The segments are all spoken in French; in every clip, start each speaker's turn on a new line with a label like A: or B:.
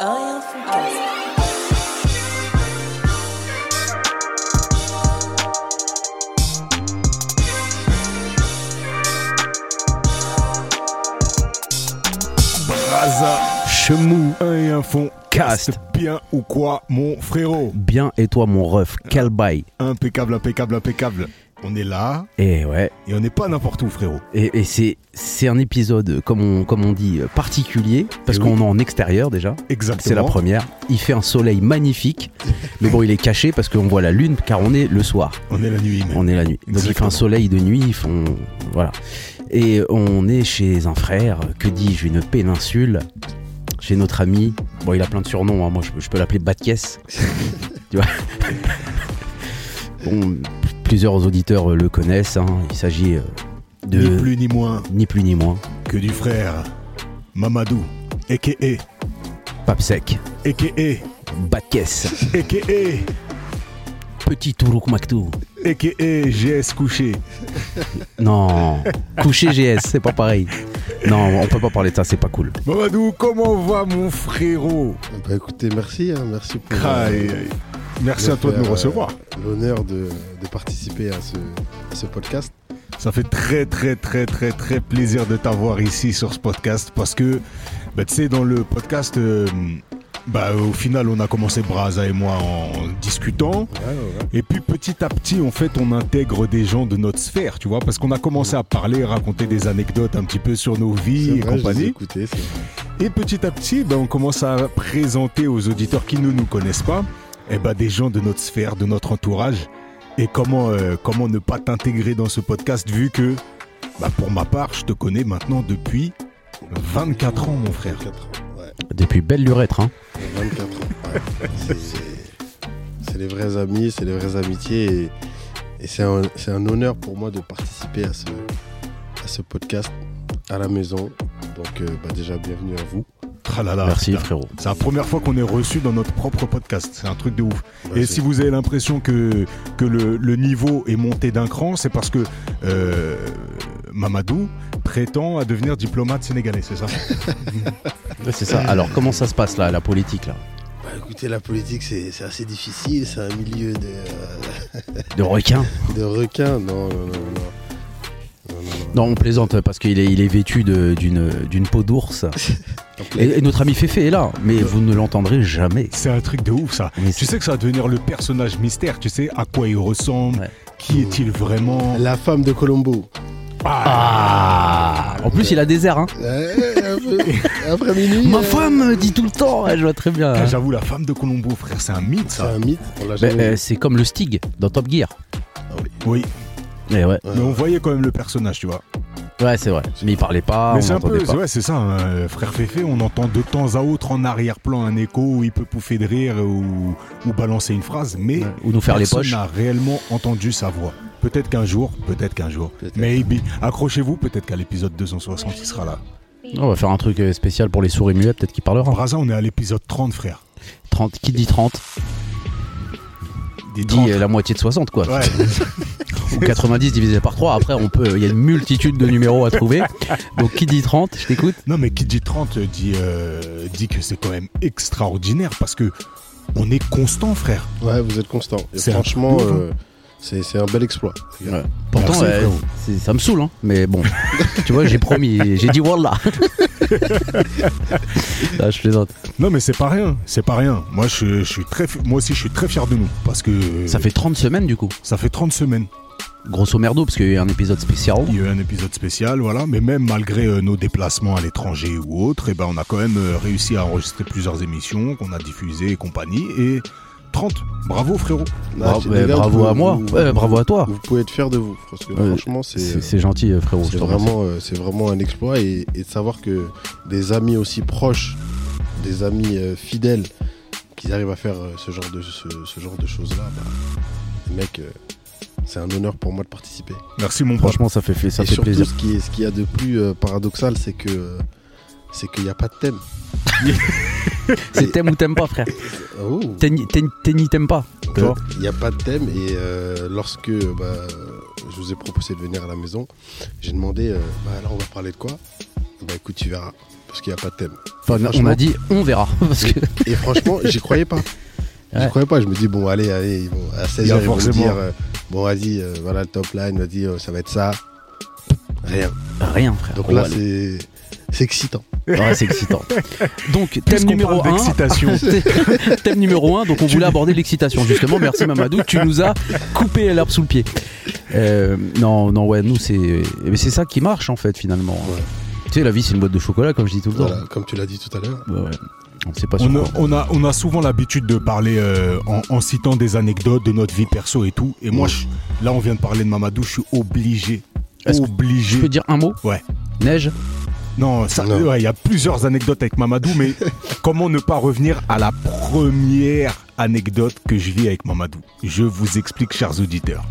A: Rien
B: Braza, Chemou, un et un fond.
C: Cast.
B: Bien ou quoi, mon frérot
C: Bien et toi mon ref,
B: Ah.
C: quel bail
B: Impeccable, impeccable, impeccable. On est là
C: Et Eh ouais,
B: et on n'est pas n'importe où, frérot.
C: et, et c'est c'est un épisode comme on, comme on dit euh, particulier parce
B: Et
C: qu'on
B: Eh oui.
C: est en extérieur déjà.
B: Exactement.
C: C'est la première. Il fait un soleil magnifique, mais bon il est caché parce qu'on voit la lune car on est le soir,
B: On est la nuit, même.
C: on est la nuit. Donc il fait
B: Exactement.
C: un soleil de nuit, ils font voilà. Et on est chez un frère, que dis-je, une péninsule, chez notre ami. Bon il a plein de surnoms, hein. moi je, peux- je peux l'appeler Batkies. tu vois. Bon, plusieurs auditeurs euh, le connaissent. hein. Il s'agit euh, de
B: Ni plus ni moins
C: ni plus ni moins,
B: que du frère Mamadou, a.k.a.
C: Papsec,
B: a.k.a.
C: Batkies,
B: a.k.a.
C: Petit Tourouk Maktou.
B: a.k.a. GS couché.
C: Non, coucher GS, c'est pas pareil. Non, on peut pas parler de ça, c'est pas cool.
B: Mamadou, comment va, mon frérot
D: Bah écoutez, merci, hein, merci pour
B: Craï.
D: euh,
B: Merci
D: de
B: à toi de nous
D: faire, euh,
B: recevoir.
D: l'honneur de, de participer à ce, à ce podcast.
B: Ça fait très très très très très plaisir de t'avoir ici sur ce podcast parce que bah, tu sais dans le podcast euh, bah, au final on a commencé Braza et moi en discutant
D: Ouais, ouais, ouais.
B: et puis petit à petit en fait on intègre des gens de notre sphère tu vois parce qu'on a commencé à parler raconter des anecdotes un petit peu sur nos vies
D: C'est
B: et
D: vrai, je les ai
B: compagnie
D: écoutés, c'est vrai.
B: et petit à petit bah, on commence à présenter aux auditeurs qui ne nous connaissent pas eh ben, des gens de notre sphère de notre entourage et comment, euh, comment ne pas t'intégrer dans ce podcast vu que, bah, pour ma part, je te connais maintenant depuis 24 ans, mon frère.
D: 24 ans, ouais.
C: Depuis belle lurette, hein.
D: 24 ans. ouais. C'est- c'est- C'est les vrais amis, c'est les vraies amitiés et, et c'est un, c'est un honneur pour moi de participer à ce, à ce podcast à la maison. Donc euh, bah, déjà bienvenue à vous.
B: Ah là là,
C: Merci
B: putain.
C: frérot.
B: C'est la première fois qu'on est reçu dans notre propre podcast. C'est un truc de ouf.
D: Bah,
B: Et
D: c'est-
B: si vous avez l'impression que, que le, le niveau est monté d'un cran, c'est parce que euh, Mamadou prétend à devenir diplomate sénégalais, c'est ça
C: C'est ça. Alors comment ça se passe là, la politique là
D: Bah, écoutez, la politique c'est c'est assez difficile, c'est un milieu de... euh,
C: De requin
D: De requin Non, non, non, non. Non, non, non.
C: Non, on plaisante parce qu'il est, il est vêtu de- d'une d'une peau d'ours. Et, et notre ami Féfé est là, mais vous ne l'entendrez jamais.
B: C'est un truc de ouf, ça.
C: Mais
B: Tu sais que ça va devenir le personnage mystère, tu sais, à quoi il ressemble,
C: Ouais.
B: qui est-il vraiment.
D: La femme de Colombo.
C: Ah En plus, il a des airs, hein.
D: Après minuit.
C: Ma
D: euh,
C: femme dit tout le temps, je vois très bien.
B: Ah, J'avoue, la femme de Colombo, frère, c'est un mythe,
D: C'est
B: ça.
D: un mythe, on l'a
C: Mais,
D: jamais
C: euh,
D: vu.
C: c'est comme le Stig dans Top Gear.
B: Oui,
C: Et ouais,
D: Ouais.
B: mais on voyait quand même le personnage, tu vois.
C: ouais c'est vrai. Mais il parlait pas,
B: mais c'est
C: Ah, on
B: un peu,
C: n'entendait pas.
B: ouais, c'est ça, hein, frère Féfé, on entend de temps à autre en arrière-plan un écho où il peut pouffer de rire ou, ou balancer une phrase, mais
C: Ouais. Ou nous faire les
B: personne
C: poches.
B: n'a réellement entendu sa voix. Peut-être qu'un jour, peut-être qu'un jour,
D: Peut-être.
B: maybe. Accrochez-vous, peut-être qu'à l'épisode 260, il sera là.
C: On va faire un truc euh, spécial pour les souris muets, peut-être qu'il parlera.
B: Braza, on est à l'épisode 30, frère.
C: 30, qui dit 30
B: Des
C: dit
B: 30.
C: euh, la moitié de 60 quoi.
B: Ouais,
C: Ou 90 divisé par 3, après on peut il y a une multitude de numéros à trouver. Donc qui dit 30, je t'écoute.
B: Non, mais qui dit 30 euh, dit, euh, dit que c'est quand même extraordinaire parce que on est constant, frère.
D: Ouais, vous êtes constant. Et
B: C'est un
D: franchement,
B: ouf, hein.
D: euh, c'est c'est un bel exploit.
C: hein. Pourtant
B: Merci,
C: euh,
B: frérot.
C: c'est- ça me saoule hein, mais bon. tu vois, j'ai promis, j'ai dit wallah.
D: Ah,
C: Là, je plaisante.
B: Non, mais c'est pas rien, c'est pas rien. Moi, je, je suis très, fi- moi aussi, je suis très fier de nous parce que euh,
C: Ça fait 30 semaines du coup.
B: ça fait 30 semaines.
C: Grosso merdo parce qu'il y a un épisode spécial.
B: Il y a eu un épisode spécial, voilà. Mais même malgré euh, nos déplacements à l'étranger ou autres, eh ben, on a quand même euh, réussi à enregistrer plusieurs émissions qu'on a diffusées et compagnie. Et 30, bravo, frérot.
C: Bra-
D: c'est-
C: ouais,
D: les gars,
C: bravo
D: vous-
C: à moi.
D: vous-
C: Ouais, bravo à toi.
D: Vous pouvez être fier de vous. Parce que
C: Ouais,
D: franchement,
C: C'est
D: c'est
C: c'est gentil euh, frérot.
D: c'est
C: je te remercie.
D: vraiment, euh, c'est vraiment un exploit. Et, et de savoir que des amis aussi proches, des amis euh, fidèles, qu'ils arrivent à faire euh, ce genre de, ce, ce genre de choses-là, bah, mec, euh, c'est un honneur pour moi de participer.
B: Merci, mon pote.
C: Franchement, ça fait, fait- ça
D: et
C: fait
D: surtout,
C: plaisir.
D: ce qui est- ce qu'il y a de plus euh, paradoxal, c'est que euh, c'est qu'il n'y a pas de thème.
C: C'est t'aimes ou t'aimes pas, frère.
D: Oh.
C: T'es ni- t'es ni- t'es ni t'aimes pas. tu vois.
D: Il n'y a pas de thème et euh, lorsque euh, bah, je vous ai proposé de venir à la maison, j'ai demandé euh, bah, alors on va parler de quoi Bah écoute, tu verras. parce qu'il n'y a pas de thème.
C: Enfin, on
D: franchement-
C: a dit on verra. Parce que...
D: Et franchement, j'y croyais pas.
C: Ouais.
D: J'y croyais pas. Je me dis, bon, allez, allez, ils vont- à
B: Il y a
D: 16h, ils vont me
B: forcément.
D: dire, euh, bon, vas-y, euh, voilà le top line, vas-y, euh, ça va être ça. Rien.
C: Rien, frère.
D: Donc
C: Oh,
D: là,
C: allez.
D: c'est c'est excitant.
C: Ouais, c'est excitant. Donc, thème
B: Puisqu'on
C: numéro
B: parle
C: 1.
B: d'excitation.
C: thème numéro 1, donc on voulait aborder l'excitation, justement. Merci Mamadou, tu nous as coupé l'herbe sous le pied. Euh, non, non, ouais, nous, c'est mais c'est ça qui marche, en fait, finalement.
D: Ouais.
C: Tu sais, la vie, c'est une boîte de chocolat, comme je dis tout le temps.
D: Voilà, comme tu l'as dit tout à l'heure.
C: Bah ouais. On sait pas sur
B: On a,
C: quoi.
B: on a- on a souvent l'habitude de parler euh, en, en citant des anecdotes de notre vie perso et tout. Et moi,
D: Ouais.
B: je- là, on vient de parler de Mamadou, je suis obligé.
C: Est-ce que Je
B: Obligé.
C: peux dire un mot
B: Ouais.
C: Neige
B: Non, ça- ouais, il
D: Non.
B: y a plusieurs anecdotes avec Mamadou, mais comment ne pas revenir à la première anecdote que je vis avec Mamadou Je vous explique, chers auditeurs.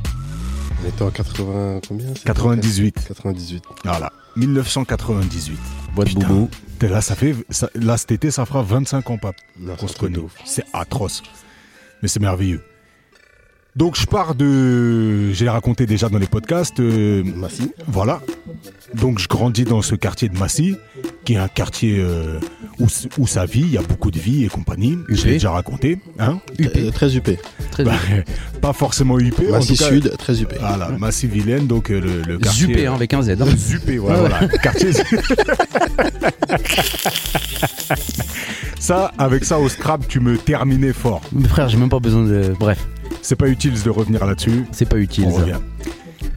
D: On était en 80, combien c'est
B: 98.
D: 98.
B: Voilà, 1998.
C: Boîte
B: Putain.
C: boubou.
B: T'es Là, ça fait, ça- là, cet été, ça fera 25 ans, pape.
D: Non,
B: qu'on se
D: c'est un truc
B: connaît.
D: de ouf.
B: C'est atroce. Mais c'est merveilleux. Donc je pars de... J'ai raconté déjà dans les podcasts. euh,
D: Massy.
B: voilà. Donc je grandis dans ce quartier de Massy, qui est un quartier euh, où, s- où ça vit, il y a beaucoup de vie et compagnie. Je
C: UP.
B: l'ai déjà raconté. Hein
C: Huppé.
D: Euh, Très UP.
C: Très
B: Bah, pas forcément UP. en
D: Massy
B: tout cas-
D: Sud, très UP.
B: Voilà, Massy Vilaine, donc euh, le, le
C: bien.
B: quartier...
C: Zuppé, hein, avec un Z. hein.
B: Zuppé, ouais, voilà. Quartier. ça, avec ça au scrap, tu me terminais fort.
C: Mais frère, j'ai même pas besoin de. Bref,
B: C'est pas utile de revenir là-dessus.
C: c'est pas utile.
B: On
C: ça.
B: revient.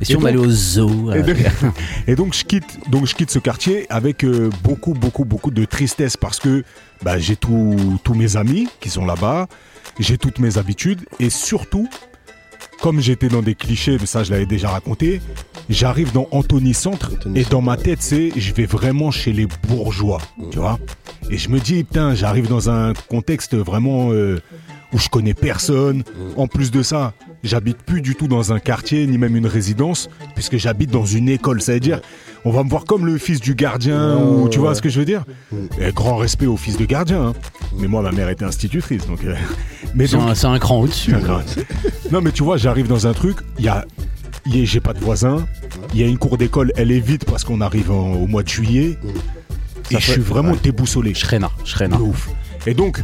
C: Et si
B: Et
C: on
B: donc-
C: allait au zoo
B: Et
C: euh,
B: donc, et donc, je quitte, donc je quitte ce quartier avec euh, beaucoup, beaucoup, beaucoup de tristesse parce que bah, j'ai tout- tous mes amis qui sont là-bas, j'ai toutes mes habitudes et surtout, comme j'étais dans des clichés, mais ça je l'avais déjà raconté, j'arrive dans Anthony Centre
D: Anthony
B: et dans
D: Centre, Mmh.
B: ma
D: ouais.
B: tête c'est je vais vraiment chez les bourgeois, tu vois. Et je me dis putain, j'arrive dans un contexte vraiment euh, où je connais personne.
D: Mmh.
B: En plus de ça, j'habite plus du tout dans un quartier ni même une résidence, puisque j'habite dans une école. Ça veut dire,
D: Mmh.
B: on va me voir comme le fils du gardien,
D: Ouais,
B: ou
D: ouais,
B: tu vois
D: ouais.
B: ce que je veux dire
D: Mmh.
B: Eh, Grand respect au fils de gardien. hein. Mais moi, ma mère était institutrice, donc. euh, Mais
C: C'est
B: donc-
C: un, c'est un cran au-dessus. euh,
B: non, mais tu vois, j'arrive dans un truc, il y a. y a- J'ai pas de voisin, il y a une cour d'école, elle est vide parce qu'on arrive en- au mois de juillet. Et
C: Mm. Ça
B: je
C: fait-
B: suis vraiment
C: ouais.
B: déboussolé.
C: Je serais nain, je serais nain.
B: De ouf. Et donc,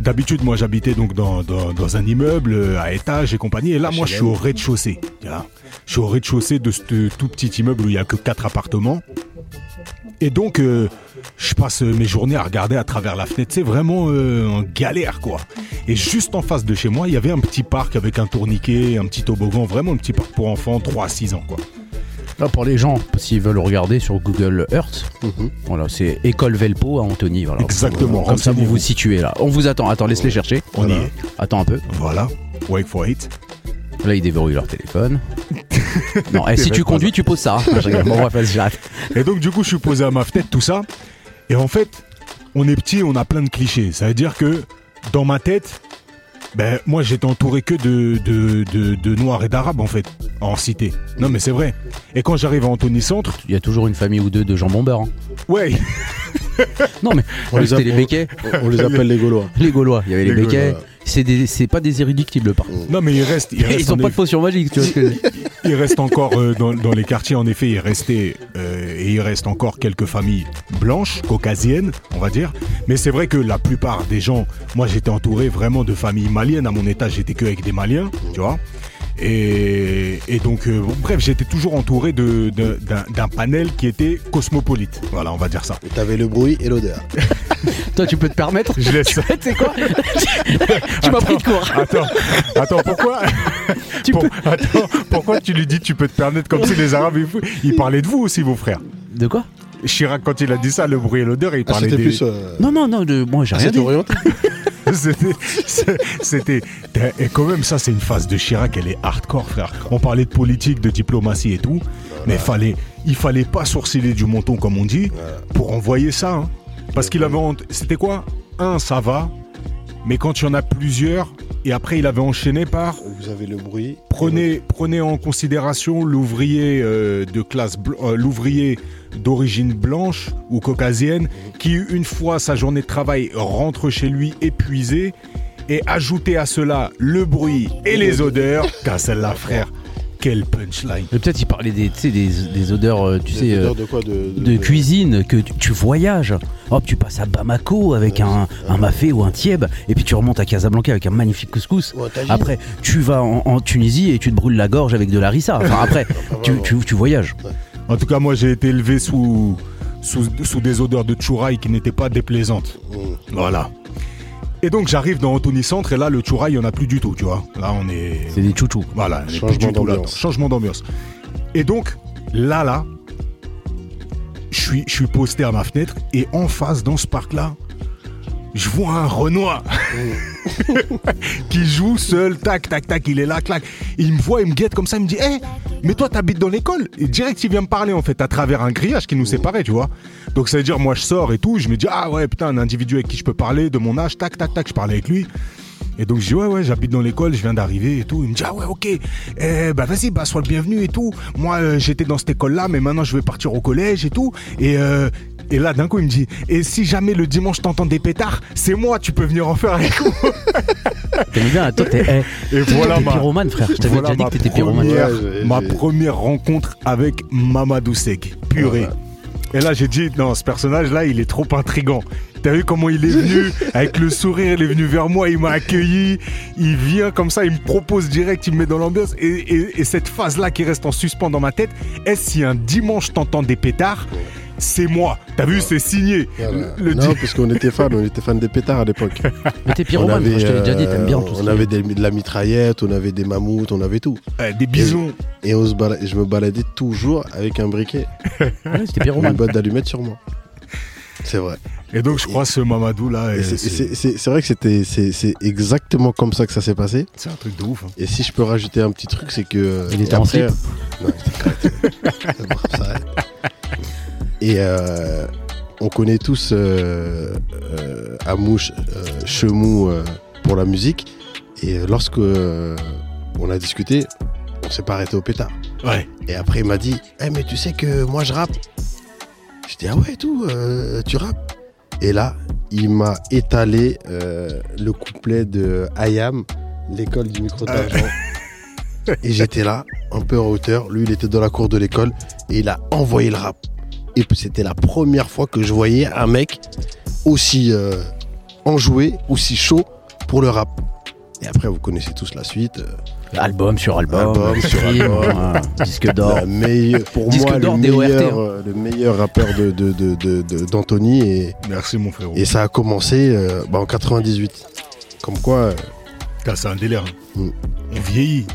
B: d'habitude, moi, j'habitais donc dans, dans, dans un immeuble euh, à étage et compagnie. Et là, moi, je suis au rez-de-chaussée. tu vois. Je suis au rez-de-chaussée de ce tout petit immeuble où il n'y a que quatre appartements. Et donc, euh, je passe euh, mes journées à regarder à travers la fenêtre. C'est vraiment euh, en galère, quoi. Et juste en face de chez moi, il y avait un petit parc avec un tourniquet, un petit toboggan. Vraiment un petit parc pour enfants, 3 à 6 ans, quoi.
C: Là, pour les gens, s'ils veulent regarder sur Google Earth,
D: Mhm.
C: voilà, c'est École Velpo à Antony. Voilà.
B: Exactement.
C: Comme ça, vous
B: Renseignez-vous.
C: vous situez là. On vous attend. Attends, laisse-les chercher.
B: On y
C: Voilà.
B: est.
C: Attends un peu.
B: Voilà. Wait for it.
C: Là, ils déverrouillent leur téléphone. non, eh, si
B: T'es
C: tu
B: bête,
C: conduis, tu poses ça. hein. Je rigole. Bon, bref, vas-y, j'arrête.
B: Et donc, du coup, je suis posé à ma fenêtre, tout ça. Et en fait, on est petit, on a plein de clichés. Ça veut dire que dans ma tête, ben, moi, j'étais entouré que de, de, de, de noirs et d'arabes, en fait, en cité. Non, mais c'est vrai. Et quand j'arrive à Anthony Centre,
C: Il y a toujours une famille ou deux de jambon beurre. hein.
B: ouais,
C: Non, mais ah,
D: On les
C: c'était les
D: apprend.
C: béquets,
D: On- On les appelle les Gaulois.
C: les Gaulois. Il y avait les,
B: Les
C: béquets.
D: Gaulois.
C: C'est des- c'est pas des érudictibles, par contre.
B: non, mais il reste, il reste,
C: Ils ont
B: en
C: pas de
B: eff-
C: potion magique, tu vois ce que je veux dire.
B: il reste encore euh, dans, dans les quartiers, en effet, il restait, euh, et il reste encore quelques familles blanches, caucasiennes, on va dire. Mais c'est vrai que la plupart des gens, moi, j'étais entouré vraiment de familles maliennes. À mon étage, j'étais que avec des Maliens, tu vois. Et, et donc, euh, bon, bref, j'étais toujours entouré de- de- d'un d'un panel qui était cosmopolite. Voilà, on va dire ça.
D: T'avais le bruit et l'odeur.
C: Toi, tu peux te permettre.
B: Je laisse ça.
C: Tu sais quoi Tu m'as pris de court.
B: Attends, attends, pourquoi
C: Tu
B: Bon,
C: peux...
B: attends, pourquoi tu lui dis tu peux te permettre comme si les Arabes ils, fou- ils parlaient de vous aussi, vos frères
C: De quoi
B: Chirac, quand il a dit ça, le bruit et l'odeur, il
D: Ah,
B: parlait
D: c'était
B: des...
D: plus. euh,
C: Non, non, non, de... moi j'ai
D: ah,
C: rien
D: c'était
C: dit.
D: orienté.
B: C'était- c'est- C'était... Et quand même, ça, c'est une phase de Chirac, elle est hardcore, frère. On parlait de politique, de diplomatie et tout, mais fallait, il fallait pas sourciller du menton, comme on dit, pour envoyer ça. hein. Parce qu'il avait... honte. C'était quoi Un, ça va, mais quand il y en a plusieurs, et après, il avait enchaîné par...
D: Vous avez le bruit. et
B: Prenez, prenez en considération l'ouvrier euh, de classe, bl- euh, l'ouvrier d'origine blanche ou caucasienne qui, une fois sa journée de travail, rentre chez lui épuisé et ajoutez à cela le bruit et les odeurs. Car celle-là, frère, Quelle punchline
C: Et Peut-être il parlait des, tu sais, des, des odeurs, euh, tu
D: Des
C: sais,
D: odeurs
C: euh,
D: de quoi de,
C: de, cuisine, que tu, tu voyages. Hop, tu passes à Bamako avec un, un mafé ou un tieb, et puis tu remontes à Casablanca avec un magnifique couscous.
D: Ou un tagine.
C: Après, tu vas en, en Tunisie et tu te brûles la gorge avec de la rissa. Enfin, après,
D: Ah, bah,
C: tu, tu- tu voyages.
B: En tout cas, moi, j'ai été élevé sous, sous, sous des odeurs de chouraille qui n'étaient pas déplaisantes.
D: Mmh.
B: Voilà. Et donc, j'arrive dans Anthony Centre et là, le chouraille, il n'y en a plus du tout, tu vois. Là, on est.
C: C'est des chouchous.
B: Voilà, on est
D: Changement
B: plus du tout là-dedans.
D: d'ambiance.
B: Changement d'ambiance. Et donc, là, là, je suis, je suis posté à ma fenêtre et en face, dans ce parc-là, je vois un Renoir
D: Mm.
B: qui joue seul, tac, tac, tac, il est là, clac. Il me voit, il me guette comme ça, il me dit Hé, mais toi, t'habites dans l'école Et direct, il vient me parler en fait, à travers un grillage
D: Mm.
B: qui nous séparait, tu vois. Donc, ça veut dire, moi, je sors et tout, je me dis Ah ouais, putain, un individu avec qui je peux parler, de mon âge, tac, tac, tac, je parlais avec lui. Et donc je dis ouais ouais j'habite dans l'école, je viens d'arriver et tout. Il me dit ah ouais ok, eh, bah vas-y bah sois le bienvenu et tout. Moi euh, j'étais dans cette école là mais maintenant je vais partir au collège et tout. Et, euh, et là d'un coup il me dit et si jamais le dimanche t'entends des pétards, c'est moi tu peux venir en faire avec moi.
D: bah.
C: T'aimes bien, toi, t'es eh,
B: Et
C: toi,
B: voilà
C: t'es
B: ma-
C: pyromane, frère. Je t'avais
B: voilà
C: déjà dit
B: ma
C: que t'étais pyromane.
D: première-
B: première,
D: Ouais, j'ai-
B: ma
D: j'ai-
B: première rencontre avec Mamadou Sek, purée.
D: Voilà.
B: Et là j'ai dit non ce personnage là il est trop intrigant. T'as vu comment il est venu avec le sourire, il est venu vers moi, il m'a accueilli, il vient comme ça, il me propose direct, il me met dans l'ambiance. Et, et- et cette phase là qui reste en suspens dans ma tête, est-ce si un dimanche t'entends des pétards, c'est moi. T'as vu c'est signé.
D: Voilà.
B: Le- le
D: non,
B: di-
D: parce qu'on était fan, on était fan des pétards à l'époque.
C: Mais t'es
D: on
C: pyromane, frère, je te l'ai déjà dit,
D: euh,
C: t'aimes bien tout ça.
D: On avait des- de la mitraillette, on avait des mammouths, on avait tout.
B: Euh, des bisons.
D: Et on se bala- je me baladais toujours avec un briquet,
C: Ouais, c'était
D: une
C: pyromane.
D: boîte d'allumettes sur moi. C'est vrai.
B: Et donc je crois ce Mamadou là,
D: Et
B: euh,
D: c'est-
B: c'est
D: C'est c'est- c'est vrai que c'était c'est- c'est exactement comme ça que ça s'est passé.
B: c'est un truc de ouf. hein.
D: Et si je peux rajouter un petit truc, c'est que. euh,
C: Il était en
D: après-
C: slip
D: Non, c'était correct. C'est bon, ça arrête. Et euh, on connaît tous euh, euh, Amouche, euh, Chemou euh, pour la musique. Et lorsque euh, on a discuté, on s'est pas arrêté au pétard.
B: hein. Ouais.
D: Et après, il m'a dit Eh, mais tu sais que moi, je rappe. Je dis Ah ouais, et tout, euh, tu rappes. Et là, il m'a étalé euh, le couplet de Ayam, l'école du micro d'argent. et j'étais là, un peu en hauteur. Lui, il était dans la cour de l'école et il a envoyé le rap. Et puis, c'était la première fois que je voyais un mec aussi euh, enjoué, aussi chaud pour le rap. Et après, vous connaissez tous la suite. euh,
C: Album sur album,
D: Album sur
C: film,
D: album.
C: ouais, disque d'or.
D: La meilleure- pour
C: Disque
D: moi, le
C: d'or des ORT,
D: meilleur,
C: hein.
D: euh, le meilleur rappeur de, de- de- de- de- d'Anthony. Et,
B: Merci mon frérot.
D: et ça a commencé euh, bah, en 98. Comme quoi. euh,
B: Putain, C'est un délire. hein.
D: Mm.
B: On vieillit.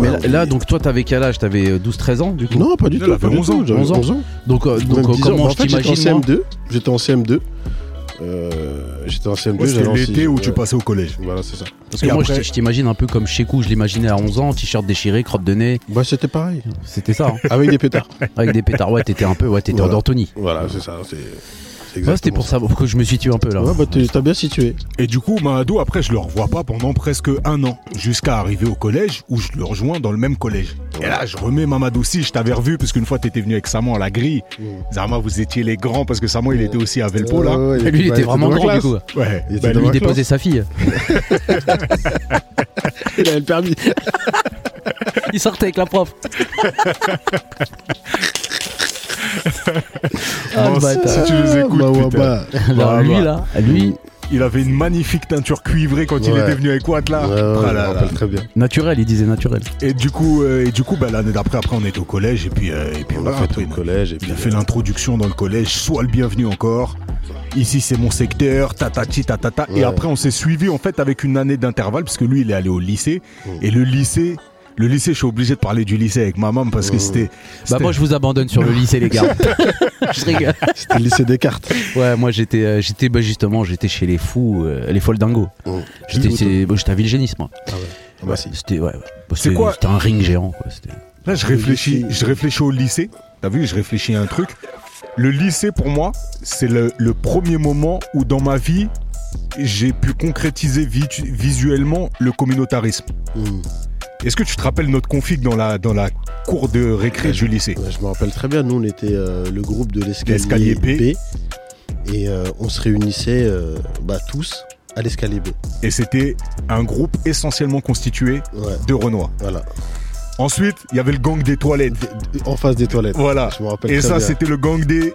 C: Mais là,
D: ouais, on-
C: là, donc toi, t'avais quel âge T'avais euh, 12-13 ans, du coup
D: bah, Non, pas du
B: Là,
D: tout.
B: elle
D: pas
B: avait
D: du
B: 11
D: tout,
B: ans,
D: j'avais
C: ans.
D: 11 ans.
C: Donc, euh, donc
D: Même
C: euh,
D: 10 ans. Bah,
C: comment
D: En
C: je
D: fait, j'étais en
C: t'imagine moi
D: CM2. J'étais en CM2. Euh, j'étais en CM2.
B: Ouais, C'était
D: j'allais en
B: l'été
D: sixième,
B: où tu
D: ouais.
B: passais au collège.
D: euh, Voilà, c'est ça.
C: Parce que
B: Et
C: moi,
B: après-
C: je je t'imagine un peu comme Shekou, je l'imaginais à 11 ans, t-shirt déchiré, crotte de nez.
D: Bah, c'était pareil.
C: C'était ça, hein.
D: Avec des pétards.
C: avec des pétards. Ouais, t'étais un peu, ouais, t'étais
D: Voilà.
C: en Anthony.
D: voilà, c'est ça. C'est, c'est
C: Ouais, Bah, c'était
D: exactement
C: pour ça que je me suis tué un peu là.
D: Ouais, bah, t'es- t'as bien situé.
B: Et du coup, Mahadou, après, je le revois pas pendant presque un an, jusqu'à arriver au collège où je le rejoins dans le même collège. Et là, je remets Mamadou si, je t'avais revu, parce qu'une fois, t'étais venu avec Saman à la grille.
D: Hmm.
B: Zama, vous étiez les grands, parce que Saman, il était aussi à Velpo, là.
D: Ouais, ouais,
C: Et lui, il était vraiment
D: dans la
C: grand du
D: classe.
C: coup.
B: Ouais,
D: Euh, Il était
B: bah,
D: dans
B: lui,
C: Il
D: ma classe.
C: déposait sa fille.
D: Il avait le permis.
C: Il sortait avec la prof. ah, le
B: non, si,
C: bâtard.
B: si tu les écoutes,
D: Bah, ouais,
B: putain.
D: bah.
C: Alors,
B: Bah,
C: lui
B: bah.
C: là, lui,
B: il avait une magnifique teinture cuivrée quand il
D: Ouais.
B: était venu avec Watt, là.
D: Ouais,
B: Ah
D: ouais, je me
B: là là.
D: rappelle très bien.
C: naturel, il disait naturel.
B: Et du coup, euh, et du coup bah, l'année d'après, après, on était au collège, et puis, euh, et puis
D: On
B: voilà,
D: a fait
B: après,
D: tout
B: il
D: le
B: a-
D: collège. Et
B: Il
D: puis,
B: a fait l'introduction dans le collège, sois le bienvenu encore. Ici c'est mon secteur, tatati tatata.
D: Ouais.
B: Et après on s'est suivi en fait avec une année d'intervalle parce que lui il est allé au lycée
D: Mm.
B: et le lycée, le lycée je suis obligé de parler du lycée avec ma maman parce que
D: Mm.
B: c'était.
C: Bah
B: c'était-
C: moi je vous abandonne sur le lycée les gars. je rigole.
D: C'était le lycée Descartes.
C: Ouais moi j'étais euh, j'étais bah, justement j'étais chez les fous euh, les folles dingos.
D: Mmh.
C: J'étais
D: Dis-nous,
C: c'est- bah, j'étais à Villegénis moi.
D: Ah bah si.
C: C'était ouais. ouais. Bah,
B: C'est
C: c'était-
B: quoi
C: C'était un ring géant quoi. c'était-
B: là je réfléchis,
D: lycée.
B: je réfléchis au lycée. T'as vu, je réfléchis à un truc. Le lycée pour moi c'est le, le premier moment où dans ma vie j'ai pu concrétiser vitu- visuellement le communautarisme.
D: Mmh.
B: Est-ce que tu te rappelles notre config dans la dans la cour de récré
D: Ouais,
B: du lycée?
D: Ouais, je me rappelle très bien, nous on était euh, le groupe de l'escalier
B: L'escalier B.
D: B. Et euh, on se réunissait euh, bah, tous à l'escalier B.
B: et c'était un groupe essentiellement constitué
D: Ouais,
B: de Renois.
D: voilà.
B: Ensuite, il y avait le gang des toilettes.
D: En face des toilettes.
B: Voilà.
D: Je me rappelle
B: Et
D: très
B: ça,
D: bien.
B: c'était le gang des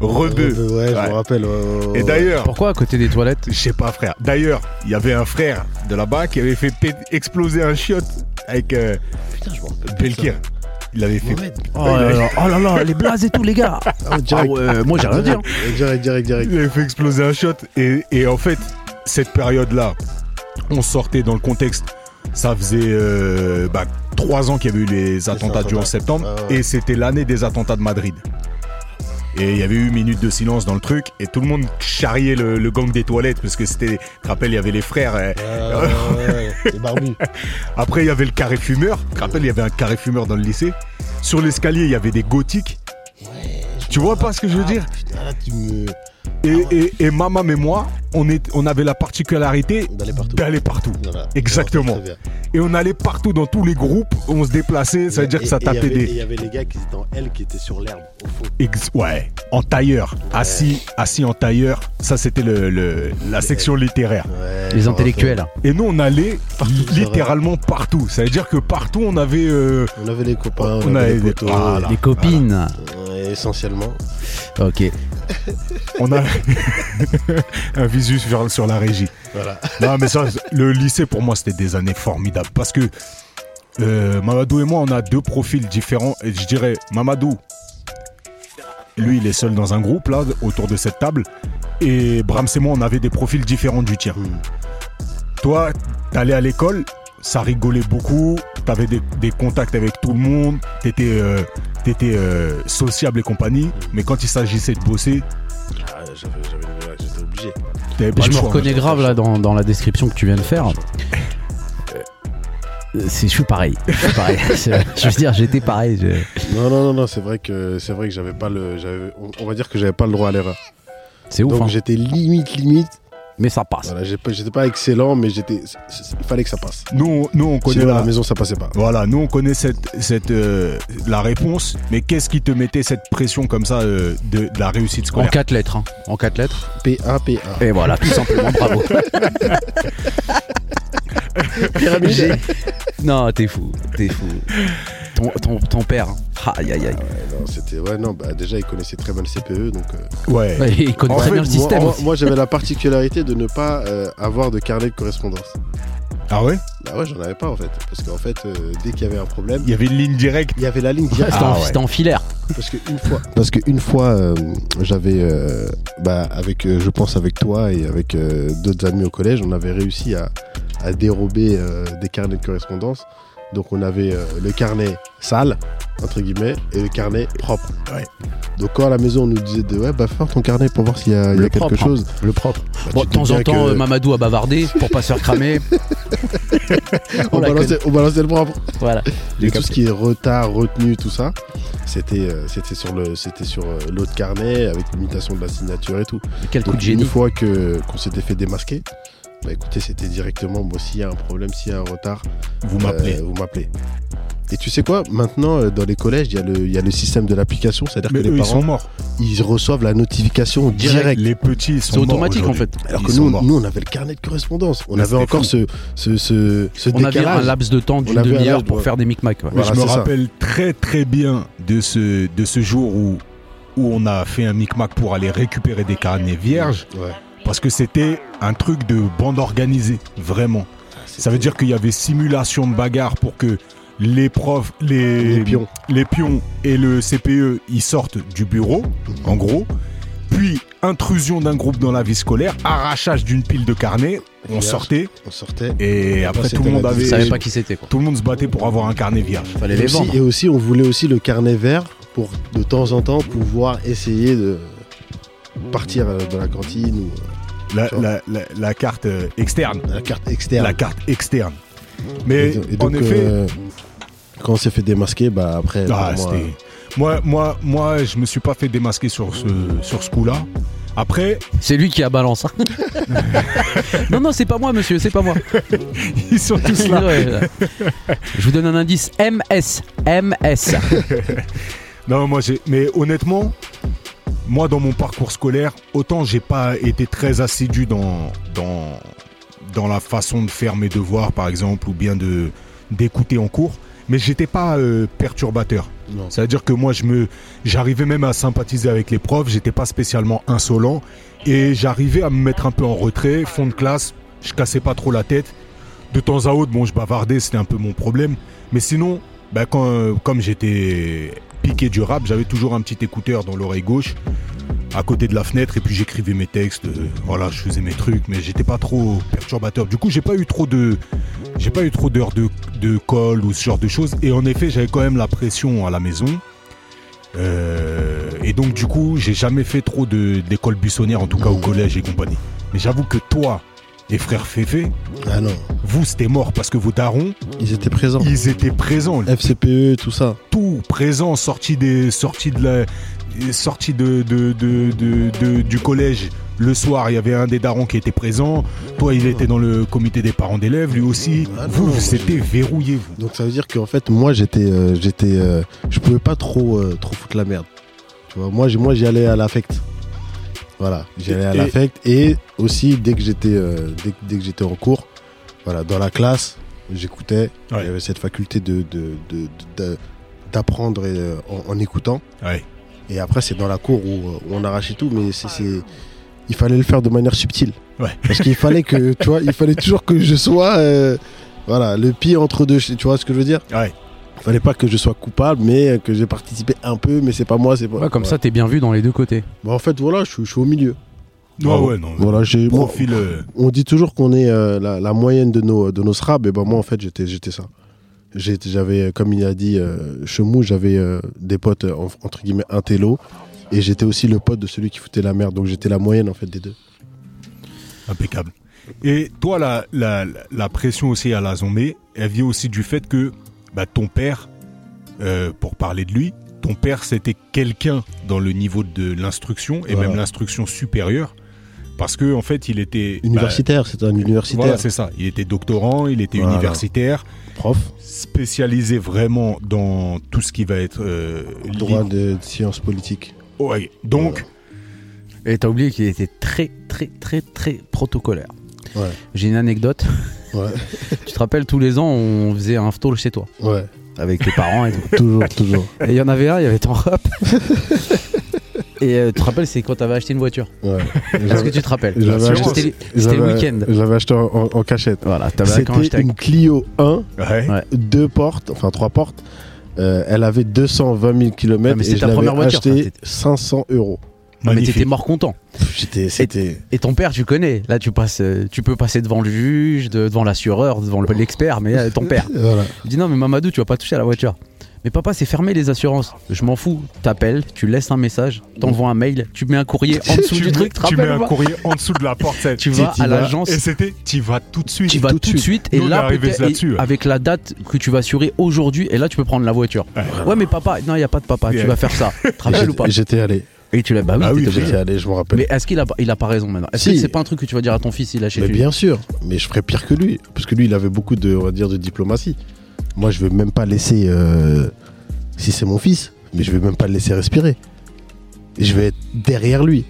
B: rebeux.
D: Rebeu, Ouais, je
B: Ouais.
D: me rappelle. ouais, ouais, ouais.
B: Et d'ailleurs,
C: Pourquoi à côté des toilettes
B: je sais pas, frère. D'ailleurs, il y avait un frère de là-bas qui avait fait pét- exploser un chiotte avec euh,
D: Putain, je me rappelle.
B: Belkir. Il avait fait.
D: Mohamed.
C: Oh là là, oh là là, les blazes et tout, les gars.
D: Ah,
C: Ah
D: direct.
C: ouais, moi j'ai rien à dire.
D: Direct, direct, direct, direct.
B: Il avait fait exploser un shot. Et, et en fait, cette période-là, on sortait dans le contexte. Ça faisait euh, bah, trois ans qu'il y avait eu les attentats du
D: attentats.
B: 11 septembre.
D: Ah ouais.
B: Et c'était l'année des attentats de Madrid. Et il y avait eu minute de silence dans le truc. Et tout le monde charriait le, le gang des toilettes. Parce que c'était. Tu te rappelles, il y avait les frères. euh.
D: Ah, Ouais, ouais, ouais, les barbus.
B: Après, il y avait le carré fumeur. Tu te rappelles, il y avait un carré fumeur dans le lycée. Sur l'escalier, il y avait des gothiques. Tu vois pas ce que je veux dire
D: Ah, Putain, là, tu me.
B: et, et, et maman et moi, on, est, on avait la particularité
D: D'aller partout.
B: d'aller partout.
D: Voilà.
B: Exactement.
D: Très bien.
B: Et on allait partout dans tous les groupes, on se déplaçait, ça veut dire que ça
D: Et- et il y
B: tapait
D: avait- et Il
B: des.
D: y avait les gars qui étaient en L qui étaient sur l'herbe, au fond.
B: Ex- ouais, en tailleur, assis, assis en tailleur. Ça, c'était le, le- la section littéraire.
D: Ouais, je
C: Les
D: me
C: intellectuels.
B: Et nous, on allait
D: Partout, ça
B: littéralement partout. Ça veut dire que partout, on avait. euh,
D: rappelle. On avait les copains, on,
B: On
D: avait
B: avait
D: les
B: des-
D: potos.
B: voilà.
C: Ah, Les copines.
D: euh, essentiellement.
C: Ok.
B: on avait un visus sur, sur la régie.
D: Voilà.
B: Non, mais ça, le lycée, pour moi, c'était des années formidables. Parce que euh, Mamadou et moi, on a deux profils différents. Et je dirais, Mamadou, lui, il est seul dans un groupe, là, autour de cette table. Et Brahms et moi, on avait des profils différents du tien.
D: Hmm.
B: Toi, t'allais à l'école, ça rigolait beaucoup, t'avais des, des contacts avec tout le monde, t'étais euh, t'étais, euh, sociable et
C: Hmm.
B: compagnie. Mais quand il s'agissait de bosser,
D: Ah, j'avais- j'avais- J'étais obligé.
B: t'avais pas
C: Je
B: le
C: me
B: choix.
C: reconnais grave là dans, dans la description que tu viens de faire. Euh, C'est, je suis pareil. Je suis pareil. C'est- je veux dire, j'étais pareil. je-
D: Non, non, non, non, c'est vrai que c'est vrai que j'avais pas le, j'avais- on, on va dire que j'avais pas le droit à l'erreur.
C: C'est ouf,
D: Donc
C: hein.
D: j'étais limite, limite.
C: mais ça passe.
D: Voilà, j'ai pas- j'étais pas excellent, mais j'étais, il fallait que ça passe.
B: Nous, on- nous, on connaît
D: Sinon, à
B: la,
D: la maison, ça passait pas.
B: Voilà, nous on connaît cette, cette, euh, la réponse, mais qu'est-ce qui te mettait cette pression comme ça euh, de, de la réussite
C: En
B: scolaire
C: quatre lettres. hein. En quatre lettres.
D: P1, P1.
C: Et voilà, tout simplement, bravo. J'ai- Non, t'es fou, t'es fou. Ton, ton, ton père. hein. Ah, Aïe, aïe, aïe.
D: Non, c'était, ouais, non, bah déjà, ils connaissaient très bien le CPE, donc. euh,
B: Ouais.
C: Ouais, Il connaît
D: En
C: très
D: fait,
C: bien le
D: moi-
C: système
D: moi,
C: aussi.
D: moi, j'avais la particularité de ne pas euh, avoir de carnet de correspondance.
B: Ah ouais
D: Bah ouais, j'en avais pas en fait. Parce qu'en fait, euh, dès qu'il y avait un problème,
B: Il y avait une ligne directe.
D: il y avait la ligne directe.
C: C'était en,
B: Ah ouais.
C: c'était en filaire.
D: Parce qu'une fois, parce que une fois euh, j'avais, euh, bah, avec, euh, je pense avec toi et avec euh, d'autres amis au collège, on avait réussi à, à dérober euh, des carnets de correspondance. Donc on avait euh, le carnet sale entre guillemets et le carnet propre.
B: Ouais.
D: Donc quand à la maison on nous disait de ouais bah faire ton carnet pour voir s'il y a, il y a
C: Le
D: quelque
C: propre, hein.
D: chose.
C: Le propre.
D: Bah,
C: Bon,
D: tu
C: de
D: te
C: temps
D: dis
C: en
D: bien
C: temps,
D: que-
C: euh, Mamadou a bavardé pour pas se faire cramer. Oh,
D: on,
C: la
D: balançait, on balançait le propre.
C: Voilà.
D: Et tout ce qui est retard, retenu, tout ça, c'était euh, c'était sur le c'était sur euh, l'autre carnet avec l'imitation de la signature et tout.
C: Quel coup
D: Donc
C: de
D: une
C: génie.
D: fois que qu'on s'était fait démasquer, bah écoutez, c'était directement moi s'il y a un problème, s'il y a un retard,
B: Vous
D: euh,
B: m'appelez.
D: vous m'appelez. Et tu sais quoi Maintenant, euh, dans les collèges, il y, a le- il y a le système de l'application, c'est-à-dire que
B: mais
D: les
B: eux, ils
D: parents,
B: sont morts.
D: ils, reçoivent la notification directe.
B: Les petits, ils sont
C: C'est
B: morts.
C: automatique en
B: aujourd'hui.
C: fait.
D: Alors
B: Ils
D: que
B: sont
D: nous,
B: morts.
D: nous, on avait le carnet de correspondance. On
B: Mais
D: avait
B: c'était
D: encore
B: fou.
D: ce, ce, ce, ce
C: On avait un
D: décalage.
C: laps de temps
D: On
C: d'une
D: avait un
C: demi-heure
D: laps,
C: pour
D: ouais.
C: faire des micmacs. ouais.
B: Mais
D: Voilà,
B: je me
D: c'est ça.
B: rappelle très très bien de ce, de ce jour où, où on a fait un micmac pour aller récupérer des carnets vierges,
D: Ouais.
B: parce que c'était un truc de bande organisée, vraiment. Ça veut dire qu'il y avait simulation de bagarre pour que les profs, les,
D: les pions.
B: les pions et le CPE, ils sortent du bureau, en gros. Puis, intrusion d'un groupe dans la vie scolaire, arrachage d'une pile de carnets, on
D: Vierge.
B: sortait,
D: On sortait.
B: et après
D: c'était
B: tout le monde
D: la-
B: avait...
C: Je savais pas qui c'était quoi.
B: Tout le monde se battait pour avoir un carnet vierge.
C: Fallait
D: Et
C: les
D: aussi-
C: vendre.
D: et aussi, on voulait aussi le carnet vert pour de temps en temps pouvoir essayer de partir euh, dans la cantine
B: La,
D: Sure.
B: la- la- la carte euh, externe.
D: ou à la carte externe.
B: La carte externe. Mais
D: do-
B: en effet...
D: euh, quand on s'est fait démasquer, bah après,
B: Ah,
D: pour moi,
B: c'était- moi, moi, moi, je me suis pas fait démasquer sur ce, sur ce coup-là. Après,
C: C'est lui qui a balance. hein. non, non, c'est pas moi, monsieur, c'est pas moi.
B: ils sont tous là.
C: Ouais. Je vous donne un indice MS. MS.
B: Non, moi j'ai. Mais honnêtement, moi dans mon parcours scolaire, autant j'ai pas été très assidu dans, dans, dans la façon de faire mes devoirs, par exemple, ou bien de d'écouter en cours. mais j'étais pas euh, perturbateur.
D: Non.
B: C'est-à-dire que moi, je me, j'arrivais même à sympathiser avec les profs, j'étais pas spécialement insolent et j'arrivais à me mettre un peu en retrait, fond de classe, je cassais pas trop la tête. De temps à autre, bon, je bavardais, c'était un peu mon problème. Mais sinon, bah, quand, euh, comme j'étais piqué du rap, j'avais toujours un petit écouteur dans l'oreille gauche, à côté de la fenêtre, et puis j'écrivais mes textes, euh, voilà, je faisais mes trucs, mais j'étais pas trop perturbateur. Du coup, j'ai pas eu trop de, j'ai pas eu trop d'heures de, de colle ou ce genre de choses. Et en effet, j'avais quand même la pression à la maison. Euh, et donc, du coup, j'ai jamais fait trop de- d'école buissonnière, en tout cas au collège et compagnie. Mais j'avoue que toi et frère Féfé,
D: Ah non,
B: vous, c'était mort parce que vos darons,
D: ils étaient présents.
B: ils étaient présents,
D: FCPE, E, tout ça.
B: tout présents, sortis, des, sortis, de la, sortis de, de- de- de- de- du collège. Le soir, il y avait un des darons qui était présent. Toi, il était dans le comité des parents d'élèves, lui aussi.
D: Ah non,
B: Vous,
D: moi,
B: c'était verrouillé, vous.
D: Donc ça veut dire qu'en fait, moi, j'étais, euh, j'étais, euh, je pouvais pas trop, euh, trop foutre la merde. Tu vois, moi, j'ai- moi, j'y allais à l'affect. Voilà, j'y allais à
B: Et-
D: l'affect et aussi dès que j'étais, euh, dès, que- dès que j'étais en cours, voilà, dans la classe, j'écoutais.
B: Ouais.
D: Il y avait cette faculté de, de- de- de- d'apprendre et, euh, en, en écoutant.
B: Ouais.
D: Et après, c'est dans la cour où, euh, où on arrachait tout, mais c'est, c'est- il fallait le faire de manière subtile.
B: Ouais.
D: Parce qu'il fallait que, tu vois, il fallait toujours que je sois, euh, voilà, le pied entre deux. Tu vois ce que je veux dire
B: Ouais.
D: Il fallait pas que je sois coupable, mais euh, que j'ai participé un peu, mais c'est pas moi, c'est pas.
C: Ouais, comme
D: Voilà.
C: ça, t'es bien vu dans les deux côtés.
D: Bah, en fait, voilà, je, suis- je suis au milieu.
B: Ouais,
D: Bravo.
B: ouais, non.
D: Voilà, j'ai. moi,
B: Profil. euh,
D: on dit toujours qu'on est euh, la, la moyenne de nos de nos srabs. Et ben moi, en fait, j'étais j'étais ça. J'étais- J'avais, comme il a dit euh, Chemou, j'avais euh, des potes euh, en- entre guillemets intello. Et j'étais aussi le pote de celui qui foutait la merde. Donc j'étais la moyenne en fait des deux.
B: Impeccable. Et toi, la, la, la pression aussi à la zombie, elle vient aussi du fait que bah, ton père, euh, pour parler de lui, ton père, c'était quelqu'un dans le niveau de l'instruction et
D: Voilà.
B: même l'instruction supérieure. Parce que en fait, il était. bah,
D: Universitaire, c'est un universitaire.
B: voilà, c'est ça. Il était doctorant, il était
D: Voilà.
B: universitaire,
D: prof,
B: spécialisé vraiment dans tout ce qui va être. euh,
D: droit
B: li-
D: de, de sciences politiques.
B: Ouais. Donc,
C: Et t'as oublié qu'il était très, très, très, très protocolaire.
D: Ouais.
C: J'ai une anecdote.
D: Ouais,
C: tu te rappelles, tous les ans, on faisait un phto chez toi,
D: ouais.
C: avec tes parents et tout.
D: toujours, toujours.
C: Et il y en avait un, il y avait ton rap. et euh, tu te rappelles, c'est quand t'avais acheté une voiture.
D: Ouais.
C: Est-ce que
D: J'avais-
C: tu te rappelles
D: j'avais
C: Parce que
B: acheté-
C: C'était c'était le
D: j'avais-
C: week-end.
D: J'avais acheté en, en- en cachette.
C: Voilà, t'avais quand j'étais
D: C'était
C: avec-
D: une Clio 1
B: ouais.
C: Ouais.
D: deux portes, enfin trois portes. Euh, elle avait 220 000
C: Ah,
D: km
C: mais
D: et
C: c'était
D: je
C: ta
D: l'avais
C: première voiture, ça,
D: acheté
C: t'étais-
D: 500 euros.
C: Ah, Mais
B: magnifique.
C: t'étais mort content.
D: Pff, J'étais, c'était,
C: Et ton père, tu connais. Là, tu passes, euh, tu peux passer devant le juge, de- devant l'assureur, devant le- l'expert, mais euh, ton père.
D: voilà.
C: Il dit non, mais Mamadou, tu vas pas toucher à la voiture. Mais papa, c'est fermé les assurances. Je m'en fous. T'appelles, tu laisses un message, t'envoies un mail, tu mets un courrier en dessous
B: tu
C: du
B: mets,
C: truc. te
B: tu mets
C: rappelles
B: un
C: ou pas
B: courrier en dessous de la porte. ça,
C: Tu
B: t'y-
C: vas
B: t'y
C: à
B: vas.
C: l'agence.
B: Et c'était, tu vas tout de suite.
C: Tu vas tout de suite et
B: Nous, on est
C: là,
B: arrivés
C: peut-être-
B: là-dessus, hein.
C: et-
B: ouais.
C: avec la date que tu vas assurer aujourd'hui, et là tu peux prendre la voiture. Ouais, mais papa, non, il y a pas de papa,
B: Yeah.
C: tu vas faire ça. Tu te rappelles Ah, ou pas
D: J'étais, j'étais allé,
C: Et tu l'as, bah oui,
B: Bah oui,
C: t'étais
B: j'ai-
C: obligé.
D: j'étais allé, je me rappelle.
C: Mais
D: Mais,
C: est-ce qu'il a, pas- il a pas raison maintenant Est-ce
D: Si.
C: que c'est pas un truc que tu vas dire à ton fils il a chez lui
D: bien sûr, mais je ferais pire que lui, parce que lui, il avait beaucoup de, on va dire, de diplomatie. Moi, je vais même pas laisser, euh, si c'est mon fils, mais je vais même pas le laisser respirer. Je vais être derrière lui.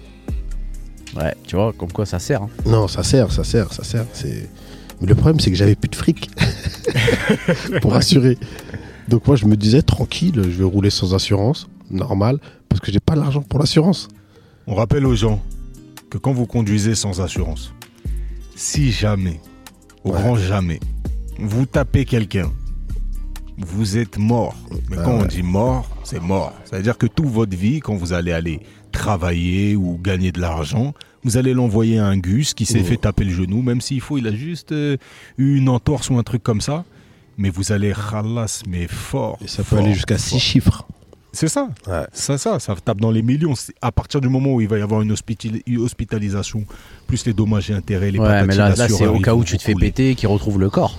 C: Ouais, tu vois, comme quoi ça sert. hein.
D: Non, ça sert, ça sert, ça sert. C'est. Mais le problème, c'est que j'avais plus de fric pour assurer. Donc moi, je me disais tranquille, je vais rouler sans assurance, normal, parce que j'ai pas l'argent pour l'assurance.
B: On rappelle aux gens que quand vous conduisez sans assurance, si jamais, au
D: Ouais.
B: grand jamais, vous tapez quelqu'un, vous êtes mort. Mais
D: Ah
B: quand on
D: ouais.
B: dit mort, c'est mort. C'est-à-dire que toute votre vie, quand vous allez aller travailler ou gagner de l'argent, vous allez l'envoyer à un gus qui s'est
D: Mmh.
B: fait taper le genou, même s'il faut, il a juste euh, eu une entorse ou un truc comme ça. Mais vous allez ralasse, mais fort.
D: Et ça peut
B: fort,
D: aller jusqu'à six
B: fort.
D: chiffres.
B: C'est ça.
D: Ouais.
B: Ça, ça, ça tape dans les millions. C'est À partir du moment où il va y avoir une hospitali- une hospitalisation, plus les dommages et intérêts, les
C: Ouais,
B: patates
C: mais là, là, c'est
B: d'assureur,
C: au
B: ils
C: cas
B: vont
C: où tu te fais
B: couler.
C: péter et qu'il retrouve le corps.